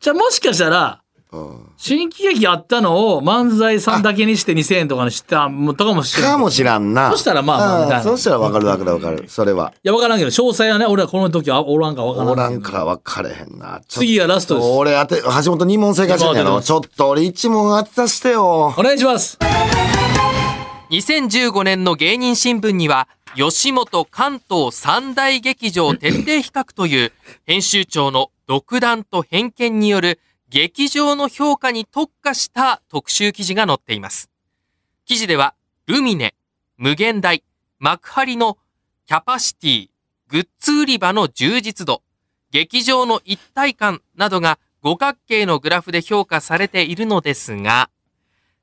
[SPEAKER 3] じゃあもしかしたら、
[SPEAKER 4] うん
[SPEAKER 3] 新喜劇あったのを漫才さんだけにして2000円とかにしたもとかもしれん
[SPEAKER 4] かもしらんな。
[SPEAKER 3] そしたらまあまあみたいな
[SPEAKER 4] そしたらわかるわかるわかる。それは。
[SPEAKER 3] いや、わからんけど、詳細はね、俺はこの時はおらんかわからん。
[SPEAKER 4] おらんから分かれへんな。ちょっと
[SPEAKER 3] 次がラストです
[SPEAKER 4] 俺当て、橋本2問正解してんやろ。
[SPEAKER 3] 二問当てます
[SPEAKER 4] ちょっと俺1問当てさしてよ。
[SPEAKER 3] お願いします。
[SPEAKER 2] 2015年の芸人新聞には、吉本関東三大劇場徹底比較という、編集長の独断と偏見による劇場の評価に特化した特集記事が載っています。記事では、ルミネ、無限大、幕張のキャパシティ、グッズ売り場の充実度、劇場の一体感などが五角形のグラフで評価されているのですが、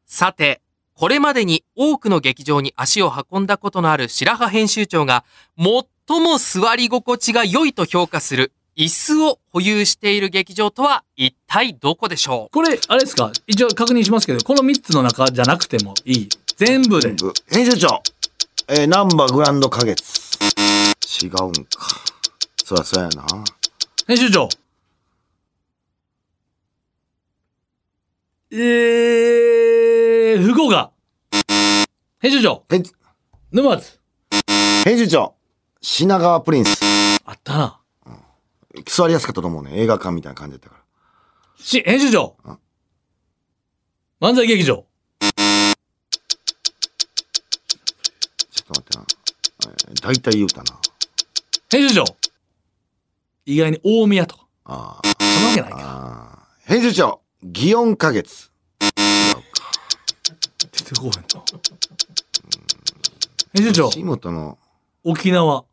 [SPEAKER 2] さて、これまでに多くの劇場に足を運んだことのある白羽編集長が、最も座り心地が良いと評価する椅子を保有している劇場とは一体どこでしょう
[SPEAKER 3] これ、あれですか一応確認しますけど、この3つの中じゃなくてもいい。全部で。
[SPEAKER 4] 部編集長、えー、ナンバーグランド花月。違うんか。そりゃそうやな。
[SPEAKER 3] 編集長。えー、福岡。編集長、
[SPEAKER 4] え
[SPEAKER 3] 沼津。
[SPEAKER 4] 編集長、品川プリンス。
[SPEAKER 3] あったな。
[SPEAKER 4] 座りやすかったと思うね。映画館みたいな感じだったから。
[SPEAKER 3] し、編集長
[SPEAKER 4] うん。
[SPEAKER 3] 漫才劇場。
[SPEAKER 4] ちょっと待ってな。えー、大体言うたな。
[SPEAKER 3] 編集長。意外に大宮とか。
[SPEAKER 4] あ
[SPEAKER 3] そんなわけない
[SPEAKER 4] あ。
[SPEAKER 3] か。
[SPEAKER 4] ああ。編集長、祇園花月。
[SPEAKER 3] 出てこへんな。編集長、
[SPEAKER 4] 吉本の、
[SPEAKER 3] 沖縄。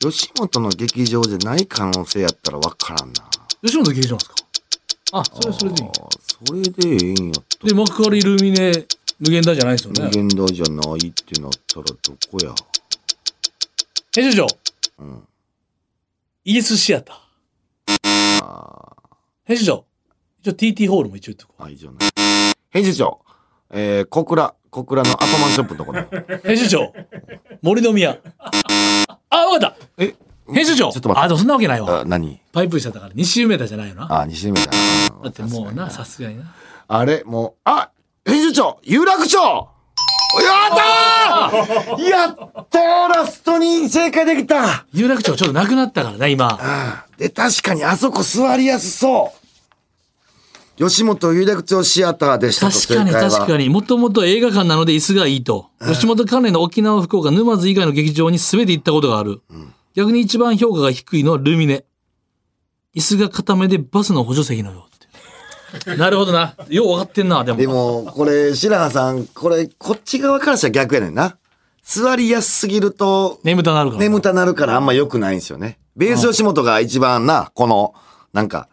[SPEAKER 4] 吉本の劇場じゃない可能性やったらわからんな。
[SPEAKER 3] 吉本劇場なんですかあ、それはそれでいい
[SPEAKER 4] あ。ーそれでええんやった
[SPEAKER 3] で、幕張イルミネ無限大じゃないですよ
[SPEAKER 4] 無
[SPEAKER 3] ね。
[SPEAKER 4] 限大じゃないってなったらどこや
[SPEAKER 3] 編集長、
[SPEAKER 4] うん。
[SPEAKER 3] イエスシアター。
[SPEAKER 4] あ
[SPEAKER 3] 編集長、一応 TT ホールも一応言っとこ
[SPEAKER 4] あ、あ、以上ね。編集長、えー、小倉、小倉のアパマンショップのと こね。
[SPEAKER 3] う。編集長、森 の宮。あ、わかっ
[SPEAKER 4] え
[SPEAKER 3] た編集長
[SPEAKER 4] ちょっと待
[SPEAKER 3] あ、
[SPEAKER 4] っ
[SPEAKER 3] でもそんなわけない
[SPEAKER 4] て。あ
[SPEAKER 3] わ。
[SPEAKER 4] 何
[SPEAKER 3] パイプしただから西梅田じゃないよな。
[SPEAKER 4] あ、西目だな。
[SPEAKER 3] だってもうな、さ
[SPEAKER 4] さす
[SPEAKER 3] すがにな。
[SPEAKER 4] がにあれ、もう、あ編集長有楽町やった ーやったーラストに正解できた
[SPEAKER 3] 有楽町ちょっとなくなったからな、今。
[SPEAKER 4] で、確かにあそこ座りやすそう吉本有楽町シアターでしたと
[SPEAKER 3] 確
[SPEAKER 4] 正
[SPEAKER 3] か
[SPEAKER 4] 解
[SPEAKER 3] に
[SPEAKER 4] は
[SPEAKER 3] 確かに。もともと映画館なので椅子がいいと。吉本関連の沖縄、福岡、沼津以外の劇場に全て行ったことがある。逆に一番評価が低いのはルミネ。椅子が固めでバスの補助 席のようって。なるほどな。よう分かってんな、でも。
[SPEAKER 4] でも、これ、白羽さん、これ、こっち側からしたら逆やねんな。座りやすすぎると、
[SPEAKER 3] 眠たなるからな。
[SPEAKER 4] 眠たなるからあんま良くないんですよね。ベース吉本が一番な、この、なんか、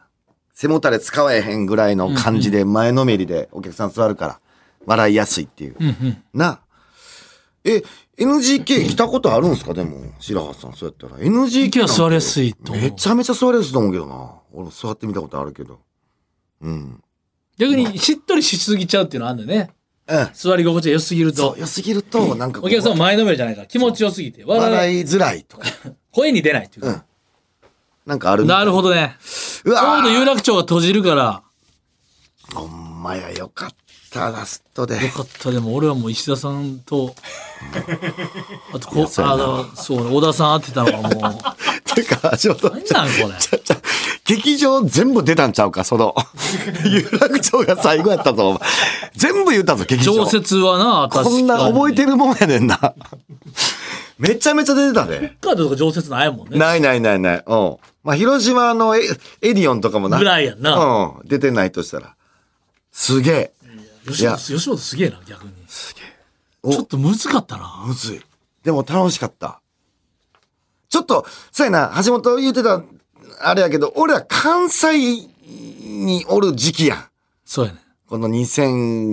[SPEAKER 4] 背もたれ使えへんぐらいの感じで前のめりでお客さん座るから、笑いやすいっていう。な。え、NGK 来たことあるんすかでも、白羽さん、そうやったら。NGK なんて
[SPEAKER 3] 座りやすいと思う
[SPEAKER 4] めちゃめちゃ座りやすいと思うけどな。俺も座ってみたことあるけど。うん。
[SPEAKER 3] 逆にしっとりしすぎちゃうっていうのはあるんだよね。
[SPEAKER 4] うん。
[SPEAKER 3] 座り心地が良すぎる
[SPEAKER 4] そ
[SPEAKER 3] と
[SPEAKER 4] う、。良すぎると、なんかこ
[SPEAKER 3] お
[SPEAKER 4] う
[SPEAKER 3] 客さんも前のめりじゃないから気持ちよすぎて。笑い、
[SPEAKER 4] 笑いづらいとか。
[SPEAKER 3] 声に出ないっていうか。
[SPEAKER 4] なんかある
[SPEAKER 3] なる
[SPEAKER 4] ほ
[SPEAKER 3] ほどね。
[SPEAKER 4] ど。う
[SPEAKER 3] ちょ
[SPEAKER 4] わ
[SPEAKER 3] うど有楽町が閉じるから。
[SPEAKER 4] ーほんまや、よかった、ラストで。
[SPEAKER 3] よかった。でも俺はもう石田さんと、あとこう、
[SPEAKER 4] そうやな
[SPEAKER 3] あの、そう、小田さん会ってたのがもう、なんなんこ
[SPEAKER 4] てか、ちょっと、 ちょ
[SPEAKER 3] れ。
[SPEAKER 4] ちょ劇場全部出たんちゃうか、その、 有楽町が最後やったぞ、お前全部言ったぞ、劇場。
[SPEAKER 3] 常設はな、確か
[SPEAKER 4] こ
[SPEAKER 3] に。
[SPEAKER 4] んな覚えて
[SPEAKER 3] る
[SPEAKER 4] るもんやねんな。めちゃめちゃ出てたで。
[SPEAKER 3] カードとか常設ないもんね。
[SPEAKER 4] ないないないない。うん。まあ、広島のエエディオンとかもな。
[SPEAKER 3] ぐらいやんな。
[SPEAKER 4] うん。出てないとしたら。すげえ。
[SPEAKER 3] 吉本、吉本すげえな、逆に。す
[SPEAKER 4] げえお
[SPEAKER 3] ちょっとむずかったな。
[SPEAKER 4] むずい。でも楽しかった。ちょっと、そうやな、橋本言ってた、あれやけど、俺は関西におる時期やん。
[SPEAKER 3] そうやね。
[SPEAKER 4] この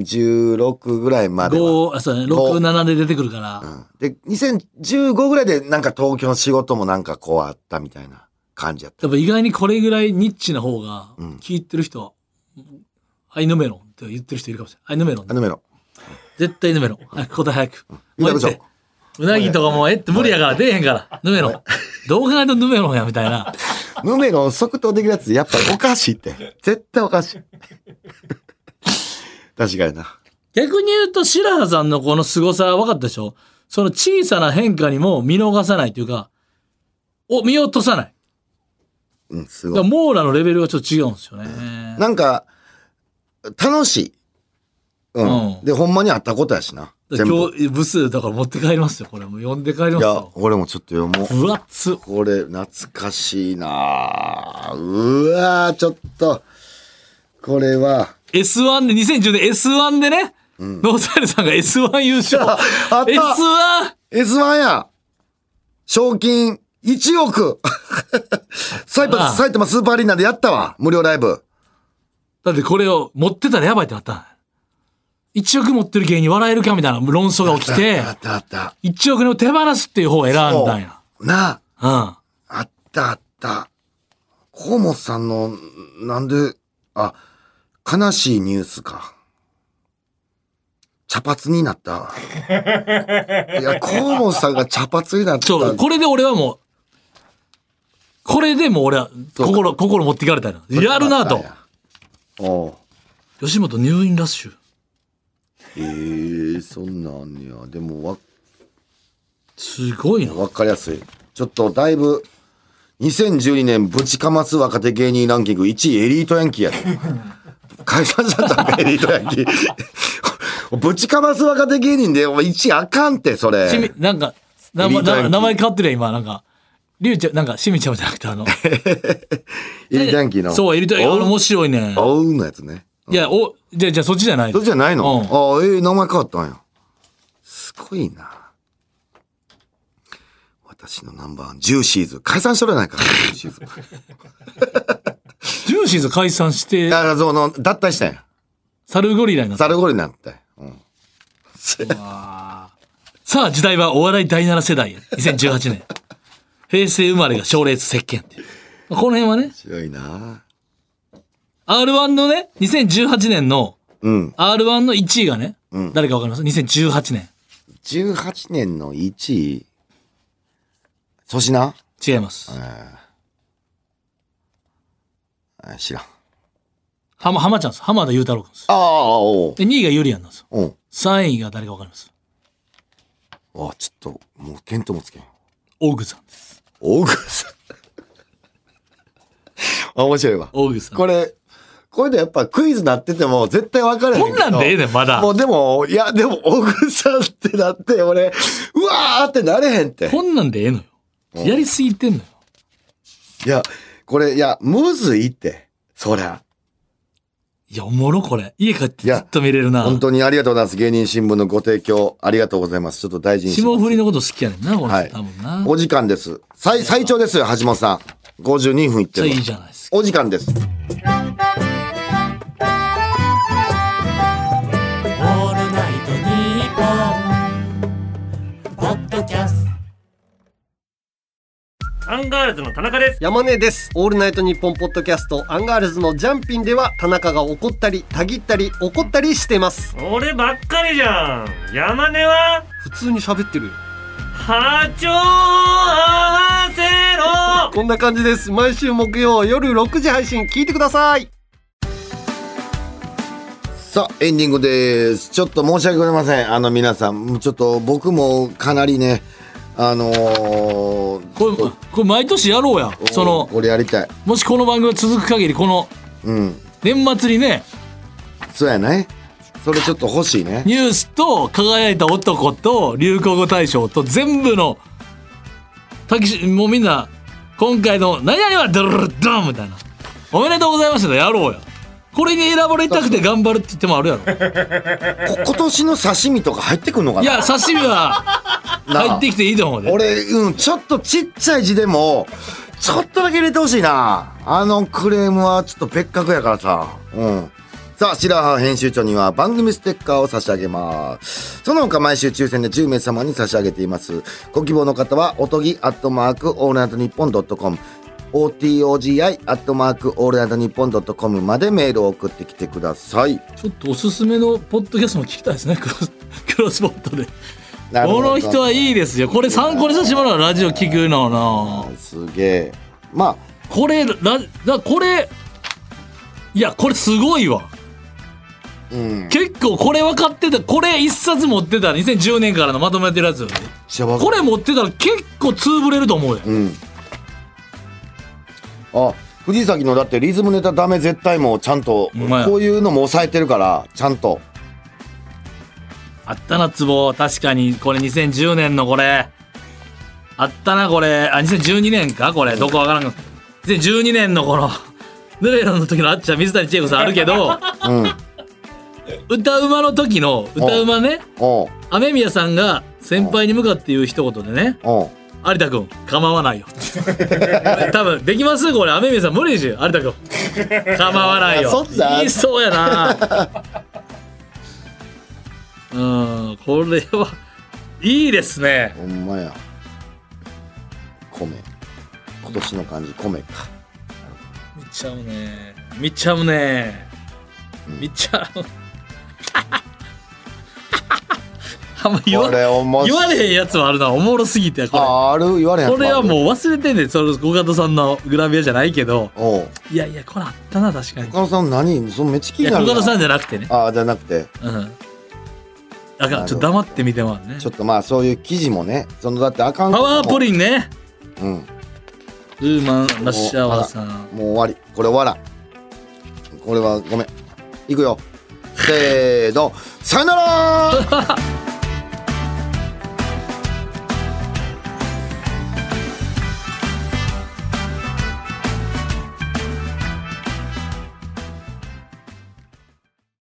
[SPEAKER 4] 2016ぐらいまでは。
[SPEAKER 3] 5、あ、そうやね。6、7で出てくるから
[SPEAKER 4] う。んで、2015ぐらいでなんか東京の仕事もなんかこうあったみたいな感じやった。
[SPEAKER 3] やっぱ意外にこれぐらいニッチな方が、聞いてる人は、アイヌメロンって言ってる人いるかもしれない。アイヌメロン
[SPEAKER 4] あ。のメロ。
[SPEAKER 3] 絶対ヌメロン。早 く答え早く。
[SPEAKER 4] 見
[SPEAKER 3] もう
[SPEAKER 4] た
[SPEAKER 3] ええ
[SPEAKER 4] こと
[SPEAKER 3] って。うなぎとかもうええって無理やから出えへんから。ヌメロン。どう考えてもヌメロンやみたいな。
[SPEAKER 4] ヌメロ即答できるやつ、やっぱりおかしいって。絶対おかしい。 確かにな。
[SPEAKER 3] 逆に言うと白羽さんのこの凄さは分かったでしょその小さな変化にも見逃さないというか、を見落とさない。
[SPEAKER 4] うん、すご
[SPEAKER 3] だ
[SPEAKER 4] い
[SPEAKER 3] から。モーラのレベルがちょっと違うんですよね。
[SPEAKER 4] なんか、楽しい。うん。
[SPEAKER 3] うん
[SPEAKER 4] で、ほんまにあったことやしな。
[SPEAKER 3] だ
[SPEAKER 4] 全
[SPEAKER 3] から
[SPEAKER 4] 部。
[SPEAKER 3] 今日部数だから持って帰りますよ。これもう呼んで帰りま
[SPEAKER 4] い
[SPEAKER 3] す
[SPEAKER 4] や
[SPEAKER 3] よ、。
[SPEAKER 4] 俺もちょっと読もう。
[SPEAKER 3] 分厚っ。
[SPEAKER 4] これ、懐かしいなあうわぁ、ちょっと。これは、
[SPEAKER 3] S1 で、2010年 S1 でね、ノーサイルさんが S1 優 勝。
[SPEAKER 4] ああった
[SPEAKER 3] S1!
[SPEAKER 4] S1 や賞金1億 埼
[SPEAKER 3] あ
[SPEAKER 4] 玉、
[SPEAKER 3] あ
[SPEAKER 4] 埼玉スーパーアリーナでやったわ。無料ライブ。
[SPEAKER 3] だってこれを持ってたらやばいってなった。1億持ってる芸人笑えるかみたいな論争が起き て
[SPEAKER 4] あ、ったあった。
[SPEAKER 3] 1億の手放すっていう方を選んだんや。
[SPEAKER 4] なあ。
[SPEAKER 3] うん。
[SPEAKER 4] あったあった。河本さんの、なんで、あ、悲しいニュースか。茶髪になったわ。いや、河本さんが茶髪になった。
[SPEAKER 3] そう、これで俺はもう、これでもう俺は心、心持っていかれたよな。やるなと。
[SPEAKER 4] おう
[SPEAKER 3] 吉本入院ラッシュ。
[SPEAKER 4] えー、そんなんや。でも、わ、
[SPEAKER 3] すごいな。
[SPEAKER 4] わかりやすい。ちょっと、だいぶ、2012年、ぶちかます若手芸人ランキング1位、エリートヤンキーやで。 解散しちゃったんか、エリートヤンキー。 ぶちかます若手芸人で、お前1位あかんって、それ。
[SPEAKER 3] しみ、なんか、名
[SPEAKER 4] エリートヤンキ
[SPEAKER 3] 前
[SPEAKER 4] ー
[SPEAKER 3] 名前変わってるやん、今、なんか。りゅうちゃん、なんか、しみちゃんじゃなくて、あの。
[SPEAKER 4] エリートヤンキーの。
[SPEAKER 3] そう、エリートヤンキー。あの、
[SPEAKER 4] おう
[SPEAKER 3] 面白いね。
[SPEAKER 4] おうのやつね。
[SPEAKER 3] いや、お、じゃあ、じゃあ、そっちじゃない
[SPEAKER 4] それじゃないの、
[SPEAKER 3] うん
[SPEAKER 4] ああ、ええ名前変わったんや。すごいな。私のナンバーワン、ジューシーズ。解散しとるやないか、ジューシーズ。
[SPEAKER 3] ジューシーズ解散して、
[SPEAKER 4] だから、その、脱退したんや。
[SPEAKER 3] サルゴリラになった。
[SPEAKER 4] サルゴリになって。うん。
[SPEAKER 3] さあ、時代はお笑い第7世代へ。2018年。平成生まれが賞レース席巻っていう。この辺はね、
[SPEAKER 4] 強いな
[SPEAKER 3] R1 のね、2018年の、
[SPEAKER 4] うん。
[SPEAKER 3] R1 の1位がね、誰かわかります ?2018 年。
[SPEAKER 4] 18年の1位、粗品
[SPEAKER 3] 違います。
[SPEAKER 4] あ知らん。あ
[SPEAKER 3] 浜、浜ちゃんです。浜田雄太郎君です。
[SPEAKER 4] あ、おう。
[SPEAKER 3] で、2位がゆりやんなんですよ。
[SPEAKER 4] うん。
[SPEAKER 3] 3位が誰かわかります
[SPEAKER 4] あ、ちょっと、もう、見当もつけん。
[SPEAKER 3] オグさんです。
[SPEAKER 4] 大口さん。あ 面白いわ。
[SPEAKER 3] オグさん。
[SPEAKER 4] これ、これでやっぱクイズなってても絶対分からへんけ
[SPEAKER 3] こ
[SPEAKER 4] ど。
[SPEAKER 3] んなんでええねん、まだ
[SPEAKER 4] も。うでも、いや、でも、小栗さんってなって、俺、うわーってなれへんって。
[SPEAKER 3] こんなんでええのよ。やりすぎてんのよ。
[SPEAKER 4] いや、これ、いや、むずいって。そりゃ。
[SPEAKER 3] いや、おもろ、これ。家帰ってずっと見れるな。
[SPEAKER 4] 本当にありがとうございます。芸人新聞のご提供、ありがとうございます。ちょっと大事にします
[SPEAKER 3] 霜降りのこと好きやねんな、こ
[SPEAKER 4] は
[SPEAKER 3] れ。
[SPEAKER 4] い
[SPEAKER 3] 多分な。
[SPEAKER 4] お時間です。最、最長ですよ、橋本さん。52分いって
[SPEAKER 3] じゃあ
[SPEAKER 4] る
[SPEAKER 3] い
[SPEAKER 4] わ
[SPEAKER 3] いじゃないですか。
[SPEAKER 4] お時間です。
[SPEAKER 5] オールナイトニッポン」ポッドキャスト
[SPEAKER 6] アンガールズの田中です。
[SPEAKER 7] 山根です。オールナイトニッポンポッドキャストアンガールズのジャンピンでは田中が怒ったり、たぎったり、怒ったりしてます。
[SPEAKER 6] 俺ばっかりじゃん。山根は
[SPEAKER 7] 普通に喋ってるよ。
[SPEAKER 6] 波長を合わせろ
[SPEAKER 7] こんな感じです。毎週木曜夜6時配信聞いてください。
[SPEAKER 4] さあ、エンディングです。ちょっと申し訳ございません。あの、皆さん、ちょっと僕もかなりね、あのー、
[SPEAKER 3] これ、これ毎年やろうや。その、
[SPEAKER 4] これやりたい。
[SPEAKER 3] もしこの番組が続く限り、この、
[SPEAKER 4] うん。
[SPEAKER 3] 年末にね、
[SPEAKER 4] そうやね。それちょっと欲しいね。
[SPEAKER 3] ニュースと輝いた男と流行語大賞と全部の滝しもうみんな今回の「何々はドルルドン!」みたいな「おめでとうございました」やろうやこれに選ばれたくて頑張るって言ってもあるやろ
[SPEAKER 4] こ今年の刺身とか入ってくんのかない
[SPEAKER 3] や刺身は
[SPEAKER 4] なあ
[SPEAKER 3] 入ってきていいと思うで
[SPEAKER 4] 俺、うん、ちょっとちっちゃい字でも、ちょっとだけ入れてほしいな。あのクレームはちょっと別格やからさ。うん。さあ、白羽編集長には番組ステッカーを差し上げます。その他毎週抽選で10名様に差し上げています。ご希望の方は、おとぎアットマークオールナイトニッポンドットコム。OTOGI アットマークオールナイトニッポンドットコムまでメールを送ってきてください。
[SPEAKER 3] ちょっとおすすめのポッドキャストも聞きたいですねクロスクロスポットで
[SPEAKER 4] なるほ
[SPEAKER 3] こ
[SPEAKER 4] ど
[SPEAKER 3] の人はいいですよこれ参考にさせてもらうラジオ聞くのな
[SPEAKER 4] すげえ。まあ、
[SPEAKER 3] これラだこれいやこれすごいわ
[SPEAKER 4] うん。
[SPEAKER 3] 結構これ分かってたこれ一冊持ってた2010年からのまとめてるやつ
[SPEAKER 4] じゃあわか
[SPEAKER 3] これ持ってたら結構つぶれると思うよ
[SPEAKER 4] うん。あ、藤崎のだってリズムネタダメ絶対もうちゃんと、
[SPEAKER 3] ほんまや
[SPEAKER 4] こういうのも抑えてるから、ちゃんと。
[SPEAKER 3] あったなツボ確かにこれ2010年のこれあったなこれあ2012年かこれどこ分からんの2012年のこのヌレロの時のあっちゃん水谷千恵子さんあるけど
[SPEAKER 4] うん。
[SPEAKER 3] 歌うまの時の歌うまね
[SPEAKER 4] おう
[SPEAKER 3] 雨宮さんが先輩に向かって言う一言でね
[SPEAKER 4] おう
[SPEAKER 3] 有田君構わないよ 多分できますこれ雨宮さん無理でしょ有田君構わないよ
[SPEAKER 4] そんな
[SPEAKER 3] 言いそうやな うんこれはいいですね
[SPEAKER 4] ほんまや米今年の漢字米か
[SPEAKER 3] 見ちゃうね見ちゃうね見ちゃう あんま言わ
[SPEAKER 4] これ面
[SPEAKER 3] 言
[SPEAKER 4] 白い
[SPEAKER 3] われへんやつはあるなおもろすぎてこれ
[SPEAKER 4] ある言われへん
[SPEAKER 3] これは
[SPEAKER 4] う
[SPEAKER 3] もう忘れてんねんその小加戸さんのグラビアじゃないけど
[SPEAKER 4] おう
[SPEAKER 3] いやいやこれあったな確かにい
[SPEAKER 4] 岡野さん何そのめっちゃ気に
[SPEAKER 3] や
[SPEAKER 4] な
[SPEAKER 3] 小
[SPEAKER 4] る
[SPEAKER 3] 加
[SPEAKER 4] な
[SPEAKER 3] 戸さんじゃなくてね
[SPEAKER 4] ああじゃなくて
[SPEAKER 3] うんあかんちょっと黙って見てもらうね
[SPEAKER 4] ちょっとまあそういう記事もねそのだってあかん
[SPEAKER 3] パワープ
[SPEAKER 4] ン
[SPEAKER 3] リンね
[SPEAKER 4] うん
[SPEAKER 3] ウーマンラッシュアワーさん
[SPEAKER 4] もう終わりこれ終わらんこれはごめんいくよせーのさよなら